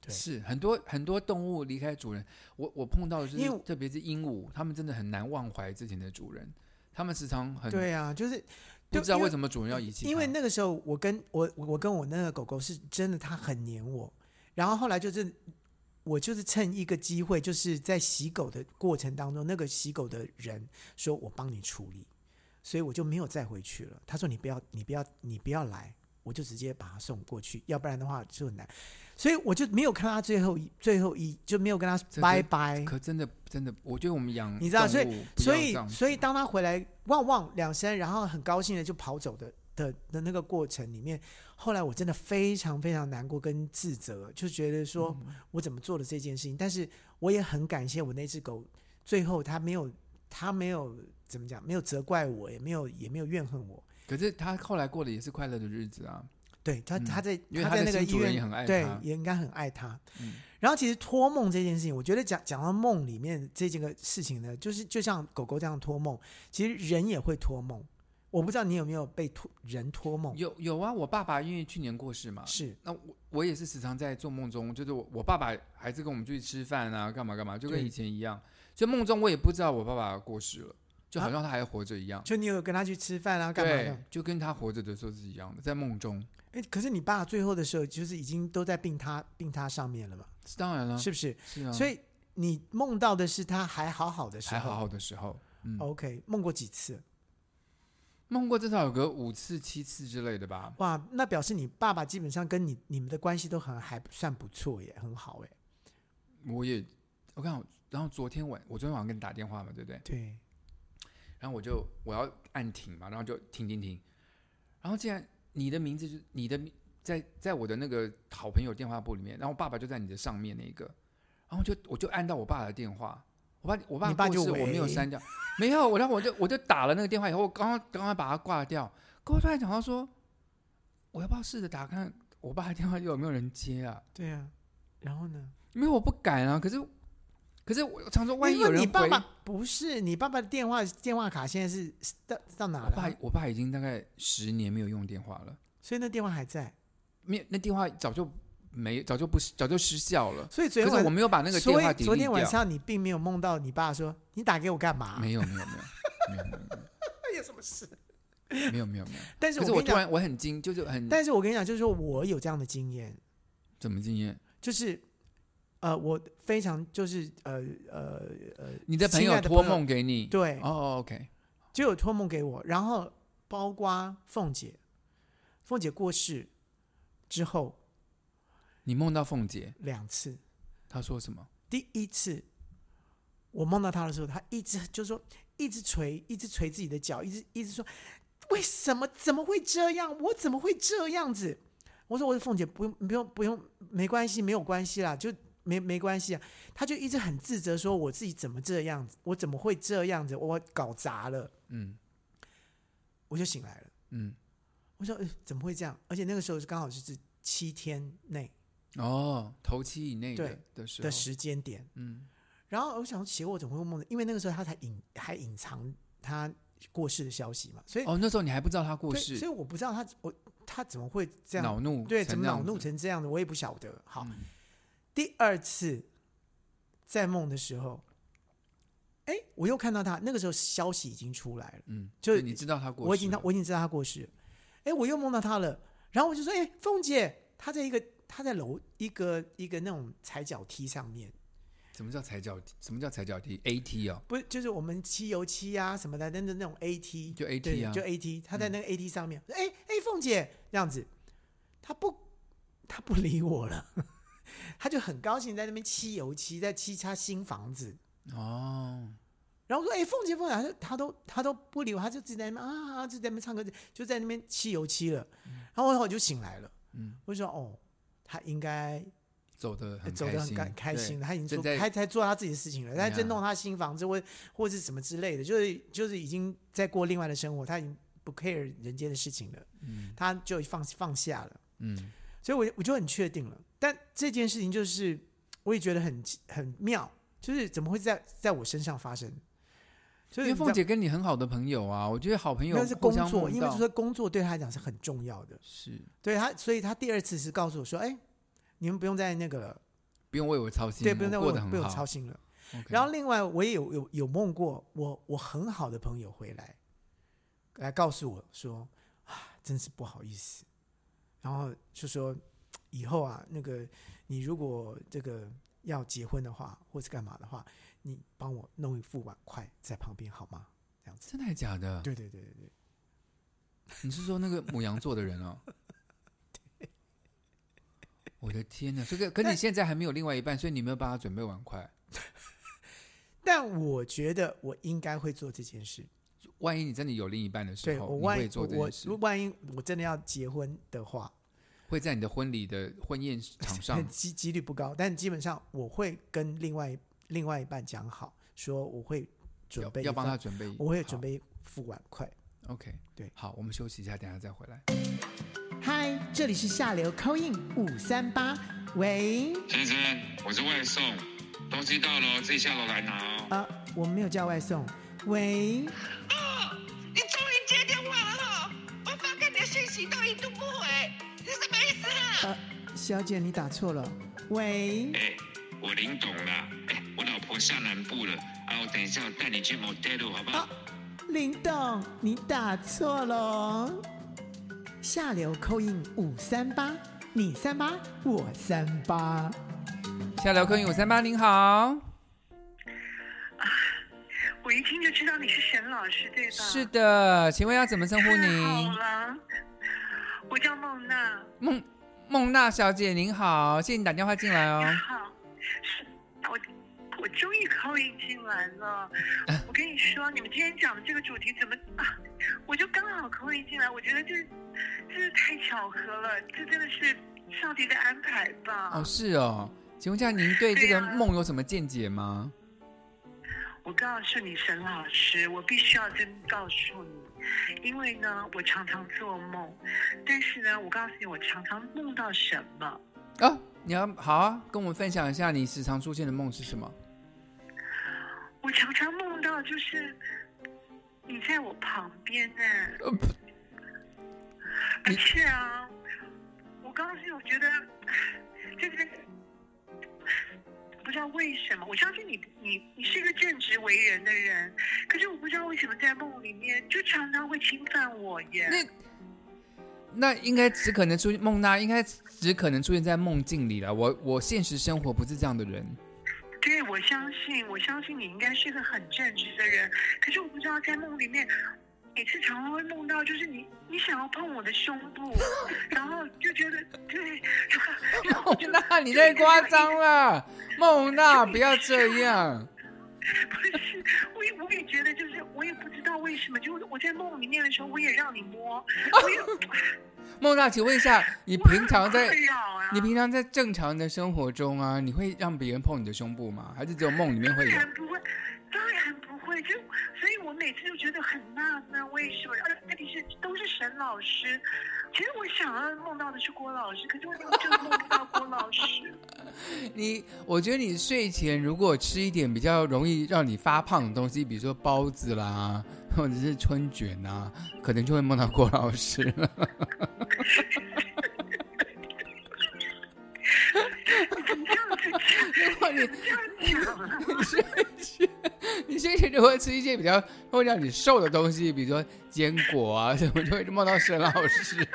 Speaker 1: 对
Speaker 2: 是很多很多动物离开主人，我我碰到的就
Speaker 1: 因为
Speaker 2: 是特别是鹦鹉，它们真的很难忘怀之前的主人，它们时常很
Speaker 1: 对啊，就是
Speaker 2: 不知道
Speaker 1: 因
Speaker 2: 为什么主人要遗弃它，
Speaker 1: 因为那个时候我跟我我跟我那个狗狗是真的，它很黏我。然后后来就是我就是趁一个机会，就是在洗狗的过程当中，那个洗狗的人说我帮你处理，所以我就没有再回去了。他说你不要你不要你不要来，我就直接把它送过去，要不然的话就很难。所以我就没有看他最后一最后一就没有跟他
Speaker 2: 这个
Speaker 1: 拜拜。
Speaker 2: 可真的真的，我觉得我们养
Speaker 1: 你知道
Speaker 2: 动
Speaker 1: 以
Speaker 2: 物不
Speaker 1: 所
Speaker 2: 要
Speaker 1: 以
Speaker 2: 这样子
Speaker 1: 所以当他回来汪汪两声，然后很高兴的就跑走的的的那个过程里面，后来我真的非常非常难过跟自责，就觉得说
Speaker 2: 嗯
Speaker 1: 我怎么做了这件事情，但是我也很感谢我那只狗，最后它没有它没有怎么讲，没有责怪我，也没有也没有怨恨我。
Speaker 2: 可是他后来过的也是快乐的日子啊，
Speaker 1: 对他，
Speaker 2: 嗯
Speaker 1: 他在
Speaker 2: 因为
Speaker 1: 他
Speaker 2: 他
Speaker 1: 在
Speaker 2: 的
Speaker 1: 那个
Speaker 2: 新
Speaker 1: 医
Speaker 2: 主人
Speaker 1: 院
Speaker 2: 也很爱
Speaker 1: 对
Speaker 2: 他，
Speaker 1: 也应该很爱他。
Speaker 2: 嗯
Speaker 1: 然后其实托梦这件事情，我觉得讲讲到梦里面这几个事情呢，就是就像狗狗这样托梦，其实人也会托梦。我不知道你有没有被托人托梦，
Speaker 2: 有啊有啊，我爸爸因为去年过世嘛，
Speaker 1: 哦是
Speaker 2: 那我我也是时常在做梦中，就是我我爸爸还是跟我们出去吃饭啊，干嘛干嘛，就跟
Speaker 1: 对
Speaker 2: 以前一样，所以梦中我也不知道我爸爸过世了，就好像他还活着一样，
Speaker 1: 就你有跟他去吃饭啊，干嘛
Speaker 2: 对
Speaker 1: 的？，
Speaker 2: 就跟他活着的时候是一样的，在梦中，
Speaker 1: 哎，可是你爸最后的时候，就是已经都在病榻病榻上面了嘛，
Speaker 2: 是当然了，
Speaker 1: 是不是？
Speaker 2: 是啊，
Speaker 1: 所
Speaker 2: 以
Speaker 1: 以你梦到的是他还好好的时
Speaker 2: 还
Speaker 1: 候，
Speaker 2: 好好的时
Speaker 1: 哦
Speaker 2: 候，嗯，
Speaker 1: OK，梦过几次？啊
Speaker 2: 梦过至少有个五次七次之类的吧，
Speaker 1: 哇，那表示你爸爸基本上跟你你们的关系都很还算不错耶，很好哎。
Speaker 2: 我也我看我，然后昨天晚我昨天晚上跟你打电话嘛，对不对？
Speaker 1: 对，
Speaker 2: 然后我就我要按停嘛，然后就停停停，然后竟然你的名字就是你的名在在我的那个好朋友电话簿里面，然后我爸爸就在你的上面那一个，然后就我就按到我爸的电话，我爸我爸
Speaker 1: 你爸
Speaker 2: 过
Speaker 1: 就
Speaker 2: 世我没有
Speaker 1: 喂
Speaker 2: 删掉，没有，然后我就我就打了那个电话以后，我刚刚刚刚把它挂掉，可我突然想到说，我要不要试着打看我爸的电话有没有人接啊？
Speaker 1: 对啊，然后呢？
Speaker 2: 没有，我不敢啊。可是，可是我常说，万一
Speaker 1: 因为
Speaker 2: 有人
Speaker 1: 你
Speaker 2: 回，
Speaker 1: 爸爸不是你爸爸的电话电话卡现在是是到到哪
Speaker 2: 我
Speaker 1: 了啊、
Speaker 2: 爸我爸已经大概十年没有用电话了，
Speaker 1: 所以那电话还在，
Speaker 2: 没有那电话早就没早就不早就失效了。
Speaker 1: 所以昨天
Speaker 2: 可是
Speaker 1: 晚
Speaker 2: 我没有把那个电
Speaker 1: 所
Speaker 2: 话
Speaker 1: 以
Speaker 2: 抵
Speaker 1: 昨
Speaker 2: 力
Speaker 1: 天晚
Speaker 2: 掉。嗯
Speaker 1: 上你并没有梦到你爸说你打给我干嘛？
Speaker 2: 没有没有没有没有没有
Speaker 1: 那有什么事？
Speaker 2: 没有 没有没有。
Speaker 1: 但是
Speaker 2: 可
Speaker 1: 我跟
Speaker 2: 是我
Speaker 1: 你
Speaker 2: 突
Speaker 1: 讲，
Speaker 2: 然我很惊，就是很
Speaker 1: 但是我跟你讲，就是说我有这样的经验，
Speaker 2: 怎么经验？
Speaker 1: 就是呃，我非常就是呃呃呃，
Speaker 2: 你的朋
Speaker 1: 亲爱
Speaker 2: 友
Speaker 1: 的
Speaker 2: 托
Speaker 1: 朋友
Speaker 2: 梦给你？
Speaker 1: 对，
Speaker 2: 哦，OK，
Speaker 1: 就有托梦给我，然后包括凤姐，凤姐过世之后
Speaker 2: 你梦到凤姐，
Speaker 1: 两次，
Speaker 2: 她说什么？
Speaker 1: 第一次我梦到她的时候，她一直就说一直捶，一直捶自己的脚，一直一直说为什么怎么会这样？我怎么会这样子？我说我说凤姐不用不用不用，没关系没有关系啊啦，就没没关系啊。她就一直很自责，说我自己怎么这样子，我怎么会这样子，我搞砸了，
Speaker 2: 嗯
Speaker 1: 我就醒来了。
Speaker 2: 嗯，
Speaker 1: 我说、呃、怎么会这样？而且那个时候是刚好就是七天内
Speaker 2: 哦，头七以内的的时候
Speaker 1: 的，时间点。
Speaker 2: 嗯
Speaker 1: 然后我想说，奇怪，我怎么会梦到？因为那个时候他才隐还隐藏他过世的消息嘛，所以、
Speaker 2: 哦，那时候你还不知道她过
Speaker 1: 对
Speaker 2: 世
Speaker 1: 所，以我不知道他我他怎么会这样，
Speaker 2: 恼怒
Speaker 1: 对，
Speaker 2: 成
Speaker 1: 怎么
Speaker 2: 那
Speaker 1: 恼
Speaker 2: 样
Speaker 1: 怒
Speaker 2: 子
Speaker 1: 成这样的，我也不晓得。好，
Speaker 2: 嗯
Speaker 1: 第二次在梦的时候，哎，我又看到他，那个时候消息已经出来了。
Speaker 2: 嗯，
Speaker 1: 就
Speaker 2: 就你知道她过世了，
Speaker 1: 我已经他我已经知道他过世了，哎，我又梦到他了，然后我就说，哎，凤姐，她在一个她在楼一个一个那种踩脚梯上面，
Speaker 2: 什么叫踩脚？什么叫踩脚踢？AT 哦，
Speaker 1: 不是就是我们漆油漆啊什么的，那那那种 AT
Speaker 2: 就 AT
Speaker 1: 对
Speaker 2: 啊
Speaker 1: 就 AT，她在那个 AT 上面，哎哎、凤姐这样子，她不她不理我了， 她就很高兴在那边漆油漆，在漆她新房子。
Speaker 2: 哦，
Speaker 1: 然后我说：“哎、凤姐，凤姐，她就她都她都不理我，她就自己在那边啊，啊自己在那边唱歌，就在那边漆油漆了。然后我我就醒来了，
Speaker 2: 嗯
Speaker 1: 我就说：哦，她应该
Speaker 2: 走的很
Speaker 1: 走得很
Speaker 2: 开
Speaker 1: 开开
Speaker 2: 心，
Speaker 1: 心了，她已经
Speaker 2: 正
Speaker 1: 做
Speaker 2: 在
Speaker 1: 她在做她自己的事情了，她
Speaker 2: 呀
Speaker 1: 在弄她新房子或或是什么之类的，就是就是已经在过另外的生活，她已经不 care 人间的事情了，
Speaker 2: 嗯
Speaker 1: 她就放放下了。
Speaker 2: 嗯
Speaker 1: 所以我我就很确定了。但这件事情就是，我也觉得很很妙，就是怎么会在在我身上发生？所
Speaker 2: 因
Speaker 1: 以
Speaker 2: 为
Speaker 1: 你知道
Speaker 2: 凤姐跟你很好的朋友啊，我觉得好朋友
Speaker 1: 那是工
Speaker 2: 互相
Speaker 1: 作，
Speaker 2: 梦
Speaker 1: 因为
Speaker 2: 到
Speaker 1: 就说工作对他来讲是很重要的，
Speaker 2: 是
Speaker 1: 对他，所以他第二次是告诉我说：“哎，你们不用再那个了，
Speaker 2: 不用为我操心，
Speaker 1: 对，不用再为
Speaker 2: 过
Speaker 1: 我
Speaker 2: 得
Speaker 1: 不
Speaker 2: 很
Speaker 1: 用
Speaker 2: 好
Speaker 1: 操。心了。”
Speaker 2: OK
Speaker 1: 然后另外我也有有有梦过，我我很好的朋友回来，来告诉我说：“啊，真是不好意思。”然后就说：“以后啊，那个你如果这个要结婚的话，或是干嘛的话，你帮我弄一副碗筷在旁边好吗？”这样子。
Speaker 2: 真的还假的？
Speaker 1: 对对对对对，
Speaker 2: 你是说那个母羊座的人 哦？我的天哪！这个可你
Speaker 1: 但
Speaker 2: 现在还没有另外一半，所以你没有帮他准备碗筷。
Speaker 1: 但我觉得我应该会做这件事。
Speaker 2: 万一你真的有另一半的时
Speaker 1: 对
Speaker 2: 候，
Speaker 1: 我
Speaker 2: 你
Speaker 1: 万
Speaker 2: 会
Speaker 1: 一
Speaker 2: 做这
Speaker 1: 我
Speaker 2: 件事
Speaker 1: 如，万一我真的要结婚的话，
Speaker 2: 会在你的婚礼的婚宴 场上
Speaker 1: 几几率不高，但基本上我会跟另外另外一半讲好，说我会准
Speaker 2: 要
Speaker 1: 备
Speaker 2: 要帮
Speaker 1: 一
Speaker 2: 他
Speaker 1: 份，
Speaker 2: 准备好，
Speaker 1: 我会准备一副碗筷。
Speaker 2: OK，
Speaker 1: 对
Speaker 2: 好，我们休息一下，等一下再回来。
Speaker 1: 嗨，这里是下流 c in 五三八，喂，
Speaker 4: 先生，我是外送，东西到了哦自己下楼来拿哦。
Speaker 1: 啊，我们没有叫外送，喂，
Speaker 5: 哦，你终于接电话了哈、我发给你的讯息都一度不回，是什么意思啊？
Speaker 1: 呃，小姐你打错了，喂，
Speaker 4: 哎、我领懂了，哎、我老婆下南部了，啊，我等一下我带你去 motel 好不好？
Speaker 1: 啊林董你打错了哦，下流 c in 五三八，你三八我三八。
Speaker 2: 下聊客运五三八，您好，
Speaker 6: 我一听就知道你是沈老师，对吧？
Speaker 2: 是的，请问要怎么称呼
Speaker 6: 太好
Speaker 2: 您？
Speaker 6: 了，我叫孟娜。
Speaker 2: 孟孟娜小姐您好，谢谢你打电话进来哦。
Speaker 6: 好，是我我终于扣音进来
Speaker 2: 啊
Speaker 6: 了。我跟你说，你们今天讲的这个主题怎么啊？我就刚好扣音进来，我觉得这这是太巧合了，这真的是上帝的安排吧。
Speaker 2: 哦哦，是哦，请问一下您对这个
Speaker 6: 对啊
Speaker 2: 梦有什么见解吗？
Speaker 6: 我告诉你，沈老师，我必须要真告诉你，因为呢，我常常做梦，但是呢，我告诉你，我常常梦到什么。
Speaker 2: 啊，你要好啊，跟我们分享一下你时常出现的梦是什么？
Speaker 6: 我常常梦到就是你在我旁边呢、
Speaker 2: 呃，不
Speaker 6: 而
Speaker 2: 你
Speaker 6: 且啊，我告诉你，我觉得就是不知道为什么，我相信你，你你是一个正直为人的人，可是我不知道为什么在梦里面就常常会侵犯我耶。
Speaker 2: 那那应该只可能出梦娜，应该只可能出现在梦境里了。我我现实生活不是这样的人。
Speaker 6: 对，我相信，我相信你应该是个很正直的人，可是我不知道在梦里面。每次常常会梦到，就是你，你想要碰我的胸部，然后就觉得对，然 后就
Speaker 2: 梦娜，你太夸张了，梦娜不要这样。
Speaker 6: 不是，我也我也觉得，就是我也不知道为什么，就是我在梦里面的时候，我也让你摸，我也
Speaker 2: 梦娜，请问一下，你
Speaker 6: 我
Speaker 2: 平常在
Speaker 6: 很困扰啊，
Speaker 2: 你平常在正常的生活中啊，你会让别人碰你的胸部吗？还是只有梦里面会
Speaker 6: 当
Speaker 2: 有？
Speaker 6: 然不会，当然不会，就所以，我每次就觉得很纳闷，为什么？而问题是都是沈老师，其实我想要梦到的是郭老师，可是为什么就梦不到郭老师？
Speaker 2: 你，我觉得你睡前如果吃一点比较容易让你发胖的东西，比如说包子啦，或者是春卷啊，可能就会梦到郭老师了。
Speaker 6: 你这样子讲，
Speaker 2: 或你
Speaker 6: 这样讲啊，
Speaker 2: 你睡前， 你睡前如果吃一些比较会让你瘦的东西，比如说坚果啊什么，就会梦到沈老师。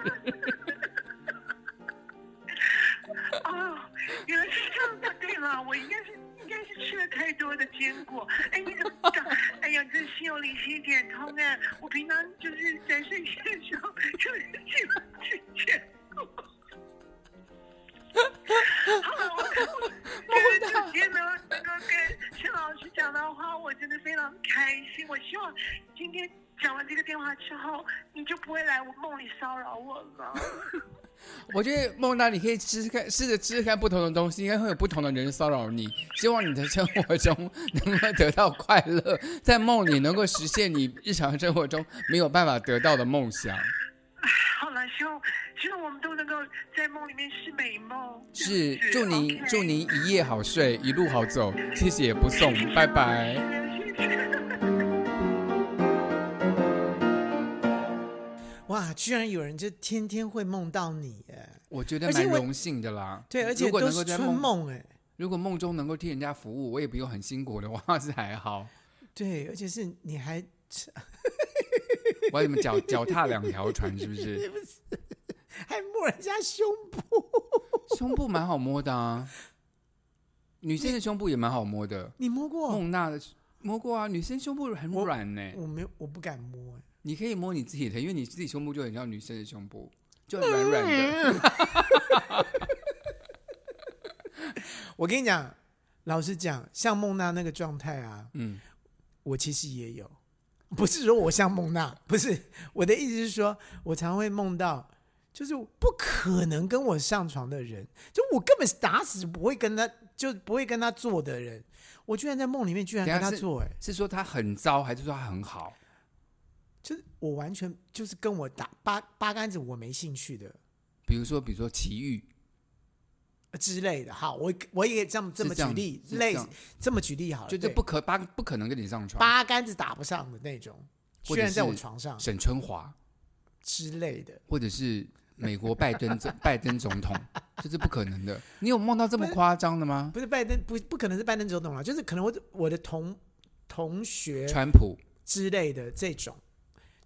Speaker 6: 哦，原来是这样的，对吗？我应该是应该是吃了太多的坚果。哎，你怎么讲？哎呀，真心有灵犀一点通哎！我平常就是在睡觉的时候就是喜欢吃 坚果。好了，我我这个今天呢能够跟沈老师讲到话，我真的非常开心。我希望今天讲完这个电话之后，你就不会来我梦里骚扰我了。
Speaker 2: 我觉得梦娜，你可以吃吃看，试着吃吃看不同的东西，应该会有不同的人骚扰你。希望你的生活中 能够得到快乐，在梦里能够实现你日常生活中没有办法得到的梦想。
Speaker 6: 好了，希望希望我们都能够在梦里面是美梦。
Speaker 2: 是，
Speaker 6: 不
Speaker 2: 祝您
Speaker 6: OK
Speaker 2: 祝您一夜好睡，一路好走，谢谢不送，拜拜。
Speaker 6: 谢谢。
Speaker 1: 哇，居然有人就天天会梦到你哎，
Speaker 2: 我觉得
Speaker 1: 而且
Speaker 2: 蛮
Speaker 1: 我
Speaker 2: 荣幸的啦。
Speaker 1: 对，而
Speaker 2: 如
Speaker 1: 且
Speaker 2: 果
Speaker 1: 都
Speaker 2: 能够
Speaker 1: 是
Speaker 2: 在
Speaker 1: 春
Speaker 2: 梦，
Speaker 1: 梦哎，
Speaker 2: 如果梦中能够替人家服务，我也不用很辛苦的话是还好。
Speaker 1: 对，而且是你还
Speaker 2: 我要你们脚脚踏两条船是不是？
Speaker 1: 还摸人家胸部，
Speaker 2: 胸部蛮好摸的啊，女生的胸部也蛮好摸的。
Speaker 1: 你摸过？
Speaker 2: 孟娜的摸过啊，女生胸部很
Speaker 1: 我
Speaker 2: 软呢、
Speaker 1: 我没有，我不敢摸哎。
Speaker 2: 你可以摸你自己的，因为你自己胸部就很像女生的胸部，就软软的。
Speaker 1: 我跟你讲，老实讲，像孟娜那个状态啊，
Speaker 2: 嗯，
Speaker 1: 我其实也有，不是说我像孟 娜，不是我的意思是说，我常会梦到，就是不可能跟我上床的人，就我根本是打死不会跟他，就不会跟他做的人，我居然在梦里面居然
Speaker 2: 等
Speaker 1: 跟
Speaker 2: 下
Speaker 1: 他
Speaker 2: 是
Speaker 1: 做、哎，
Speaker 2: 是说她很糟，还是说她很好？
Speaker 1: 就是我完全就是跟我打八八竿子我没兴趣的
Speaker 2: 比如说，比如说奇遇，
Speaker 1: 呃之类的。好，我我也这么这么
Speaker 2: 是
Speaker 1: 举
Speaker 2: 这样
Speaker 1: 例，
Speaker 2: 是这
Speaker 1: 类
Speaker 2: 样
Speaker 1: 似这么举例好了，
Speaker 2: 就是
Speaker 1: 啊对
Speaker 2: 不可八不可能跟你上床。
Speaker 1: 八竿子打不上的那种，居
Speaker 2: 或者
Speaker 1: 然在我
Speaker 2: 是
Speaker 1: 床上
Speaker 2: 沈春华，
Speaker 1: 之类的。
Speaker 2: 或者是美国拜 登总拜登总统，这是不可能的。你有梦到这么夸张的吗？
Speaker 1: 不是拜登，不不可能是拜登总统了，就是可能我我的同同学
Speaker 2: 川普
Speaker 1: 之类的这种，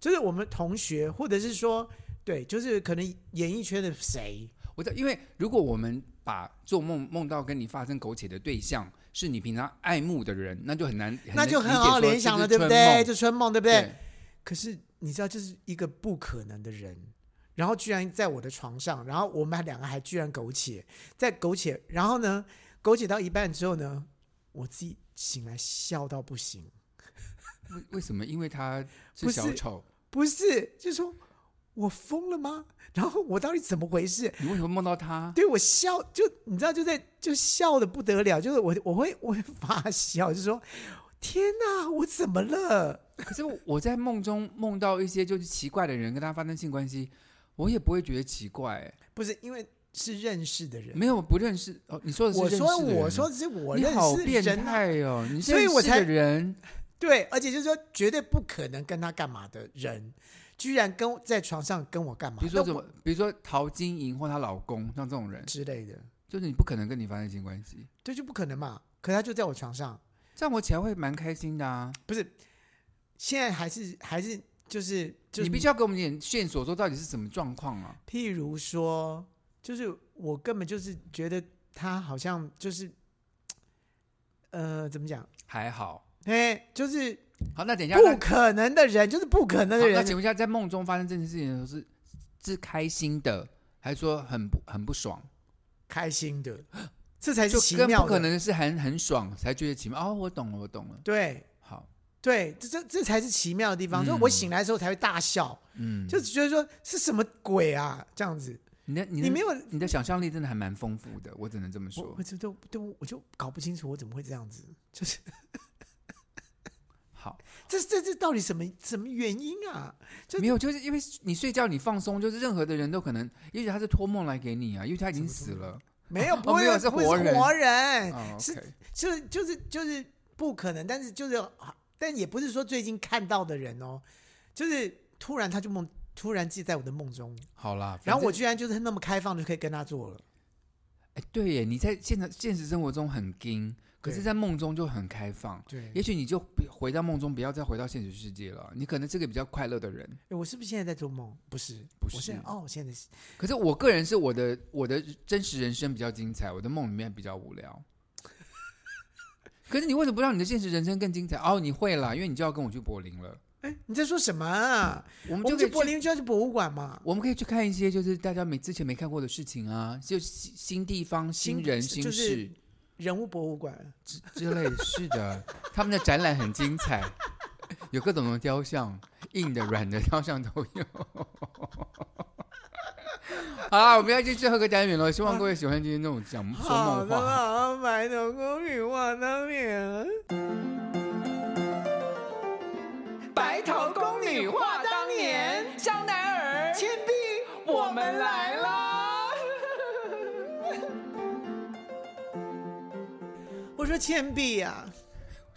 Speaker 1: 就是我们同学，或者是说，对，就是可能演艺圈的谁，
Speaker 2: 我在，因为如果我们把做梦梦到跟你发生苟且的对象是你平常爱慕的人，那就很难，很
Speaker 1: 那
Speaker 2: 难
Speaker 1: 就很
Speaker 2: 理解
Speaker 1: 好
Speaker 2: 说
Speaker 1: 联想
Speaker 2: 这
Speaker 1: 了，对
Speaker 2: 是
Speaker 1: 不
Speaker 2: 春梦
Speaker 1: 对？就春梦，对不对？
Speaker 2: 对
Speaker 1: 可是你知道，这是一个不可能的人，然后居然在我的床上，然后我们两个还居然苟且，在苟且，然后呢，苟且到一半之后呢，我自己醒来笑到不行。
Speaker 2: 为为什么？因为他是
Speaker 1: 不是
Speaker 2: 小丑，
Speaker 1: 不是，就说我疯了吗？然后我到底怎么回事？
Speaker 2: 你为什么梦到他？
Speaker 1: 对我笑，就你知道，就在就笑的不得了，就是我我会我会发笑，就说天哪，我怎么了？
Speaker 2: 可是我在梦中梦到一些就是奇怪的人跟他发生性关系，我也不会觉得奇怪、欸
Speaker 1: 不是因为是认识的人，
Speaker 2: 没有不认识哦。你说的是
Speaker 1: 我
Speaker 2: 认识的
Speaker 1: 说
Speaker 2: 人
Speaker 1: 我说的是我
Speaker 2: 你
Speaker 1: 认
Speaker 2: 好
Speaker 1: 识的
Speaker 2: 变
Speaker 1: 人啊，
Speaker 2: 态哦！你
Speaker 1: 所以
Speaker 2: 认
Speaker 1: 我
Speaker 2: 识的
Speaker 1: 才
Speaker 2: 人
Speaker 1: 对，而且就是说绝对不可能跟他干嘛的人，居然跟在床上跟我干嘛？
Speaker 2: 比如说
Speaker 1: 那
Speaker 2: 怎
Speaker 1: 我
Speaker 2: 么，比如说陶晶莹或她老公，像这种人，
Speaker 1: 之类的，
Speaker 2: 就是你不可能跟你发生性关系，
Speaker 1: 对，就不可能嘛。可他就在我床上，
Speaker 2: 这样我起来会蛮开心的啊！
Speaker 1: 不是，现在还是还是就是就是
Speaker 2: 你必须要给我们一点线索，说到底是什么状况啊？
Speaker 1: 譬如说，就是我根本就是觉得他好像就是，呃，怎么讲？
Speaker 2: 还好，
Speaker 1: 哎，就是
Speaker 2: 好，那等一下，那
Speaker 1: 不可能的人，就是不可能
Speaker 2: 好
Speaker 1: 的
Speaker 2: 那
Speaker 1: 人
Speaker 2: 请。问一下，在梦中发生这件事情的时候是是开心的，还是说很不很不爽？
Speaker 1: 开心的，这才是
Speaker 2: 就
Speaker 1: 奇
Speaker 2: 跟
Speaker 1: 妙
Speaker 2: 不
Speaker 1: 的。
Speaker 2: 可能是很很爽才觉得奇妙哦，我懂了，我懂了。
Speaker 1: 对
Speaker 2: 好，
Speaker 1: 对，这这这才是奇妙的地方。
Speaker 2: 嗯
Speaker 1: 所以我醒来的时候才会大笑，
Speaker 2: 嗯，
Speaker 1: 就觉得说是什么鬼啊这样子。
Speaker 2: 你的你的
Speaker 1: 你没有，
Speaker 2: 你的想象力真的还蛮丰富的，我只能这么
Speaker 1: 我
Speaker 2: 说
Speaker 1: 我。就都都我就搞不清楚我怎么会这样子，就是
Speaker 2: 好，
Speaker 1: 这这这到底什么什么原因啊？就
Speaker 2: 没有，就是因为你睡觉你放松，就是任何的人都可能，也许他是托梦来给你啊，因为他已经死了。
Speaker 1: 没有，不会
Speaker 2: 哦没
Speaker 1: 有、
Speaker 2: 有是
Speaker 1: 不会
Speaker 2: 活人
Speaker 1: 活人
Speaker 2: 哦
Speaker 1: 是
Speaker 2: OK
Speaker 1: 就是就是就是不可能，但是就是但也不是说最近看到的人哦，就是突然他就梦，突然记在我的梦中，
Speaker 2: 好啦，
Speaker 1: 然后我
Speaker 2: 反正
Speaker 1: 居然就是那么开放就可以跟他做了，
Speaker 2: 哎，对耶，你在现场现实生活中很硬，可是
Speaker 1: 对
Speaker 2: 在梦中就很开放。
Speaker 1: 对
Speaker 2: 也许你就不回到梦中，不要再回到现实世界了。你可能是个比较快乐的人。
Speaker 1: 诶我是不是现在在做梦？不是，
Speaker 2: 不是
Speaker 1: 我现在哦，我现在是
Speaker 2: 可是我个人是我的我的真实人生比较精彩，我的梦里面比较无聊。可是你为什么不让你的现实人生更精彩？哦，你会啦，因为你就要跟我去柏林了，
Speaker 1: 哎，你在说什么、啊？
Speaker 2: 我们
Speaker 1: 我
Speaker 2: 就
Speaker 1: 们
Speaker 2: 可
Speaker 1: 去
Speaker 2: 以
Speaker 1: 柏
Speaker 2: 去，
Speaker 1: 林就要去博物馆嘛，
Speaker 2: 我们可以去看一些就是大家没之前没看过的事情啊，就新新地方、新人、
Speaker 1: 新
Speaker 2: 新
Speaker 1: 就
Speaker 2: 事
Speaker 1: 是 人物博物馆。
Speaker 2: 之之类的。是的，他们的展览很精彩， 有各种的雕像，硬的、软的雕像都有。 好啦，我们要继续喝个单元了，希望各位喜欢今天这种讲说
Speaker 1: 好
Speaker 2: 梦
Speaker 1: 的
Speaker 2: 话。
Speaker 1: 好，白头宫女望当年。
Speaker 3: 白头宫女话当年，香奈儿、倩碧，我们来啦！
Speaker 1: 我说倩碧啊，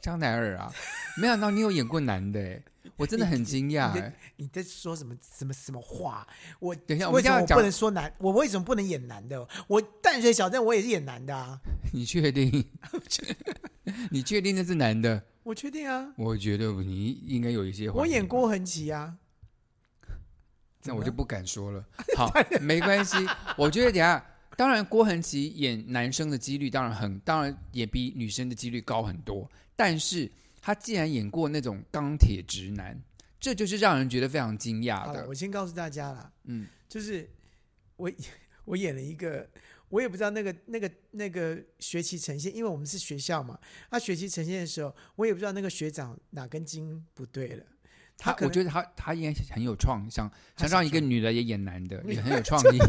Speaker 2: 香奈儿啊，没想到你有演过男的、欸，我真的很惊讶、
Speaker 1: 你
Speaker 2: 欸
Speaker 1: 在。你在说什么什么什么话？我
Speaker 2: 等一下我们
Speaker 1: 为
Speaker 2: 这
Speaker 1: 什
Speaker 2: 样
Speaker 1: 么我
Speaker 2: 讲
Speaker 1: 不能说男？我为什么不能演男的？我淡水小镇我也是演男的啊，
Speaker 2: 你确定？ 你确定那是男的？
Speaker 1: 我确定啊，
Speaker 2: 我觉得你应该有一些。
Speaker 1: 我演，郭恒奇啊，
Speaker 2: 那我就不敢 说了。好，没关系。我觉得等一下，当然郭恒奇演男生的几率当然很，当然也比女生的几率高很多。但是他既然演过那种钢铁直男，这就是让人觉得非常惊讶
Speaker 1: 好了，
Speaker 2: 的
Speaker 1: 我。先告诉大家啦，
Speaker 2: 嗯，
Speaker 1: 就是我 我演了一个，我也不知道那个那个那个学期呈现，因为我们是学校嘛，他学期呈现的时候，我也不知道那个学长哪根筋不对了，
Speaker 2: 他
Speaker 1: 可
Speaker 2: 我
Speaker 1: 能
Speaker 2: 觉得他他应该很有创，想
Speaker 1: 他
Speaker 2: 想
Speaker 1: 想
Speaker 2: 让一个
Speaker 1: 创
Speaker 2: 女的也演男的，也很有创意，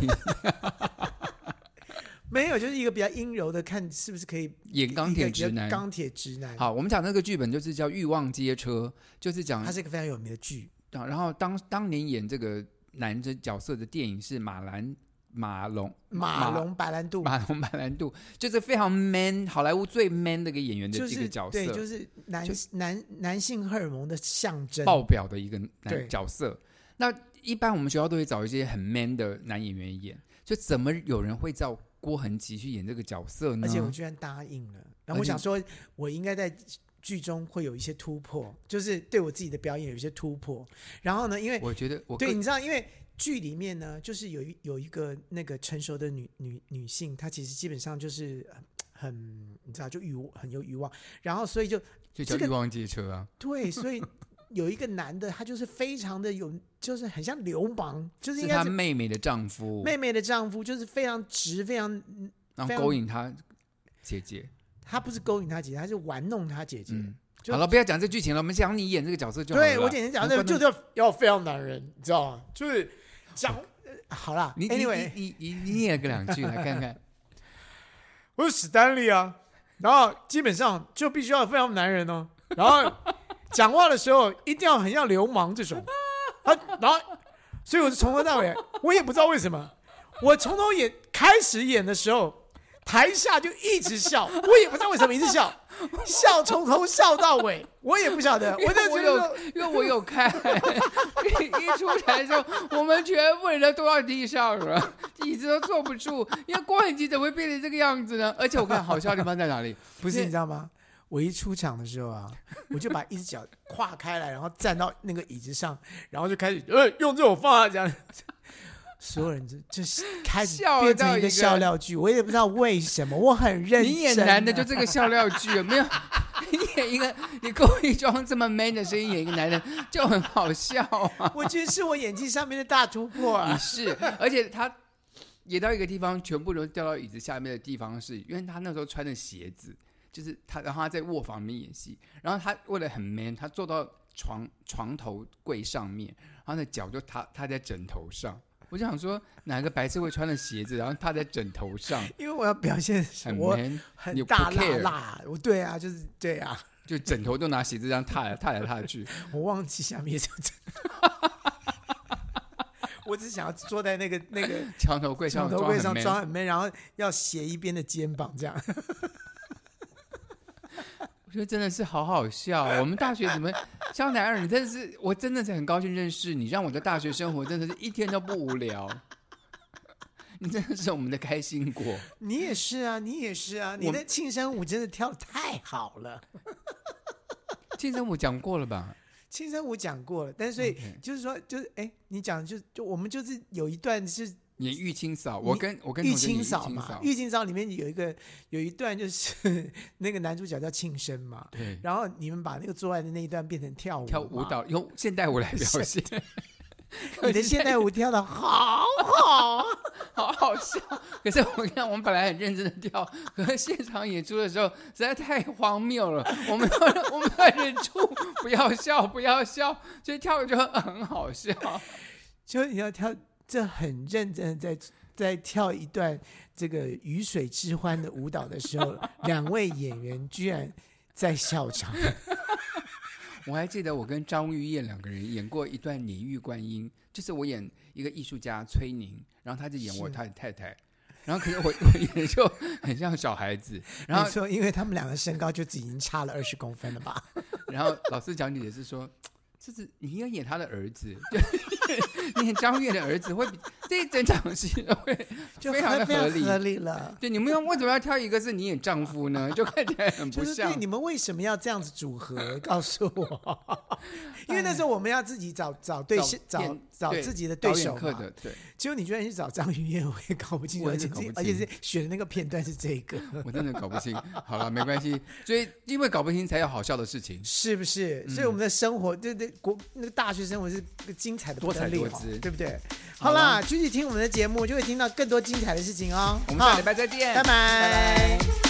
Speaker 1: 没有，就是一个比较阴柔的，看是不是可以
Speaker 2: 演钢铁
Speaker 1: 一
Speaker 2: 直
Speaker 1: 个比较
Speaker 2: 男。
Speaker 1: 钢铁直男，
Speaker 2: 好，我们讲那个剧本就是叫《欲望街车》，就是讲
Speaker 1: 它，是一个非常有名的剧，
Speaker 2: 啊然后当当年演这个男的角色的电影是马兰马龙
Speaker 1: 马龙白兰度，
Speaker 2: 马龙马兰度，就是非常 man 好莱坞最 man 的一个演员的
Speaker 1: 就
Speaker 2: 一个
Speaker 1: 是
Speaker 2: 角色，
Speaker 1: 对，就是男
Speaker 2: 就
Speaker 1: 男男性荷尔蒙的象征，
Speaker 2: 爆表的一个
Speaker 1: 对
Speaker 2: 男角色。那一般我们学校都会找一些很 man 的男演员演，就怎么有人会叫郭恒吉去演这个角色呢？啊
Speaker 1: 而且我居然答应了，然后我
Speaker 2: 而且
Speaker 1: 想说，我应该在剧中会有一些突破，就是对我自己的表演有一些突破。然后呢，因为
Speaker 2: 我觉得我
Speaker 1: 对，
Speaker 2: 个
Speaker 1: 你知道，因为剧里面呢，就是有一有一个那个成熟的女女女性，她其实基本上就是呃很，你知道，就欲很有欲望，然后所以就
Speaker 2: 就叫
Speaker 1: 这个
Speaker 2: 欲望街车啊，
Speaker 1: 对，所 以有一个男的，他就是非常的有，就是很像流氓，就是
Speaker 2: 是
Speaker 1: 应
Speaker 2: 她
Speaker 1: 该是
Speaker 2: 妹妹的丈夫，
Speaker 1: 妹妹的丈夫，就是非常直，非常
Speaker 2: 然后
Speaker 1: 非常
Speaker 2: 勾引她姐姐。
Speaker 1: 他不是勾引他姐姐，他是玩弄他姐姐。
Speaker 2: 嗯，
Speaker 1: 就
Speaker 2: 好了，不要讲这剧情了，我们讲你演这个角色就好了啦。
Speaker 1: 对我简直讲，
Speaker 2: 你
Speaker 1: 那
Speaker 2: 观
Speaker 1: 就
Speaker 2: 众
Speaker 1: 是要非常男人，你知道吗？就是讲、呃好啦
Speaker 2: 你你
Speaker 1: ，anyway，
Speaker 2: 你你你你演个两句来看看。
Speaker 1: 我是史丹利啊，然后基本上就必须要非常男人哦，然后讲话的时候一定要很像流氓这种，他然后，所以我就从头到尾，我也不知道为什么，我从头演开始演的时候，台下就一直笑，我也不知道为什么一直笑，笑从头笑到尾，我也不晓得，
Speaker 2: 因
Speaker 1: 我
Speaker 2: 为
Speaker 1: 就
Speaker 2: 我
Speaker 1: 觉
Speaker 2: 有
Speaker 1: 得说，
Speaker 2: 因为我有看， 一一出来的时候，我们全部人都坐到地上了，椅子都坐不住，因为光影机怎么会变成这个样子呢？而且我看好笑的地方在哪里？
Speaker 1: 不是你知道吗？我一出场的时候啊， 我就把一只脚跨开来，然后站到那个椅子上，然后就开始呃用这种方法讲， 所有人就就是开始
Speaker 2: 笑到
Speaker 1: 变成一
Speaker 2: 一个
Speaker 1: 个笑料剧，我也不知道为什么，我很认真、啊
Speaker 2: 你演男的就这个笑料剧，没有。 你演一个，你故意装这么 man 的声音演一个男人，就很好笑啊！
Speaker 1: 我觉得是我演技上面的大突破
Speaker 2: 你
Speaker 1: 啊！
Speaker 2: 是，而且他演到一个地方，全部都掉到椅子下面的地方是，因为他那时候穿的鞋子，就是他，然后他在卧房里面演戏，然后他为了很 man，他坐到床床头柜上面，然后那脚就踏踏在枕头上。我就想说，哪个白色会穿的鞋子，然后踏在枕头上，
Speaker 1: 因为我要表现
Speaker 2: 很
Speaker 1: 我
Speaker 2: man，你
Speaker 1: 很
Speaker 2: 不
Speaker 1: 大辣
Speaker 2: care
Speaker 1: 辣，我对啊，就是对啊，
Speaker 2: 就枕头都拿鞋子这样踏来踏来踏去。
Speaker 1: 我忘记下面是真的， 我只想要坐在那个那个
Speaker 2: 墙头柜
Speaker 1: 床
Speaker 2: 上
Speaker 1: 头柜上装
Speaker 2: 装很 man，
Speaker 1: 很 man，然后要斜一边的肩膀这样。
Speaker 2: 我觉得真的是好好笑。啊我们大学怎么，香奈儿，你真的是，我真的是很高兴认识你，让我的大学生活真的是一天都不无聊。你真的是我们的开心果。
Speaker 1: 你也是啊，你也是啊，你
Speaker 2: 我
Speaker 1: 的庆生舞真的跳得太好了。
Speaker 2: 庆生我讲过了吧？
Speaker 1: 庆生舞讲过了，但所以
Speaker 2: OK
Speaker 1: 就是说，就是哎，你讲的就就我们就是有一段是
Speaker 2: 演玉清嫂，我跟我跟
Speaker 1: 玉
Speaker 2: 同学演
Speaker 1: 清
Speaker 2: 玉
Speaker 1: 嫂
Speaker 2: 清
Speaker 1: 嘛
Speaker 2: 嫂，，
Speaker 1: 玉清嫂里面有一个有一段就是 那个男主角叫庆生嘛，
Speaker 2: 对，
Speaker 1: 然后你们把那个做爱的那一段变成跳舞
Speaker 2: 跳舞
Speaker 1: 嘛，
Speaker 2: 蹈用现代舞来表现，
Speaker 1: 你的现代舞跳的好好啊，
Speaker 2: 好好笑。 可是我看我们本来很认真的跳，可是现场演出的时候实在太荒谬了，我们我们要忍住，不要笑，不要笑，所以跳的就很好笑。
Speaker 1: 就你要跳，这很认真的在在跳一段这个鱼水之欢的舞蹈的时 候，两位演员居然在笑场。
Speaker 2: 我还记得我跟张玉燕两个人演过一段《年玉观音》，就是我演一个艺术家崔宁，然后他就演我
Speaker 1: 是
Speaker 2: 他的太太，然后可是我我演的就很像小孩子，然后
Speaker 1: 没错，因为他们两个身高就已经差了二十公分了 吧？
Speaker 2: 然后老师讲解也是说，这是你应该演他的儿子，就是 演张悦的儿子会比这一整场戏都会
Speaker 1: 就
Speaker 2: 非常的
Speaker 1: 非常
Speaker 2: 合理。
Speaker 1: 合理了。
Speaker 2: 对，你们要为什么要挑一个是你演丈夫呢？就看起来很
Speaker 1: 就
Speaker 2: 不
Speaker 1: 是对
Speaker 2: 像。
Speaker 1: 你们为什么要这样子组 合？告诉我，因为那时候我们要自己找找对
Speaker 2: 找
Speaker 1: 是找
Speaker 2: 演
Speaker 1: 找
Speaker 2: 对
Speaker 1: 自己的
Speaker 2: 导
Speaker 1: 对
Speaker 2: 演
Speaker 1: 手
Speaker 2: 课
Speaker 1: 嘛
Speaker 2: 的。对，
Speaker 1: 结果你居然去找张云燕，我也搞不清楚，
Speaker 2: 我也
Speaker 1: 而且
Speaker 2: 搞不
Speaker 1: 这
Speaker 2: 清
Speaker 1: 而且是选的那个片段是这个，
Speaker 2: 我真的搞不清。好了，没关系，所以因为搞不清才有好笑的事情，
Speaker 1: 是不是？
Speaker 2: 嗯
Speaker 1: 所以我们的生活，对对，国那个大学生活是精彩的
Speaker 2: 多彩多姿
Speaker 1: 对不对？好啦，继续听我们的节目，就会听到更多精彩的事情哦。
Speaker 2: 我们下
Speaker 1: 好
Speaker 2: 礼拜再见，
Speaker 1: 拜拜
Speaker 2: 拜拜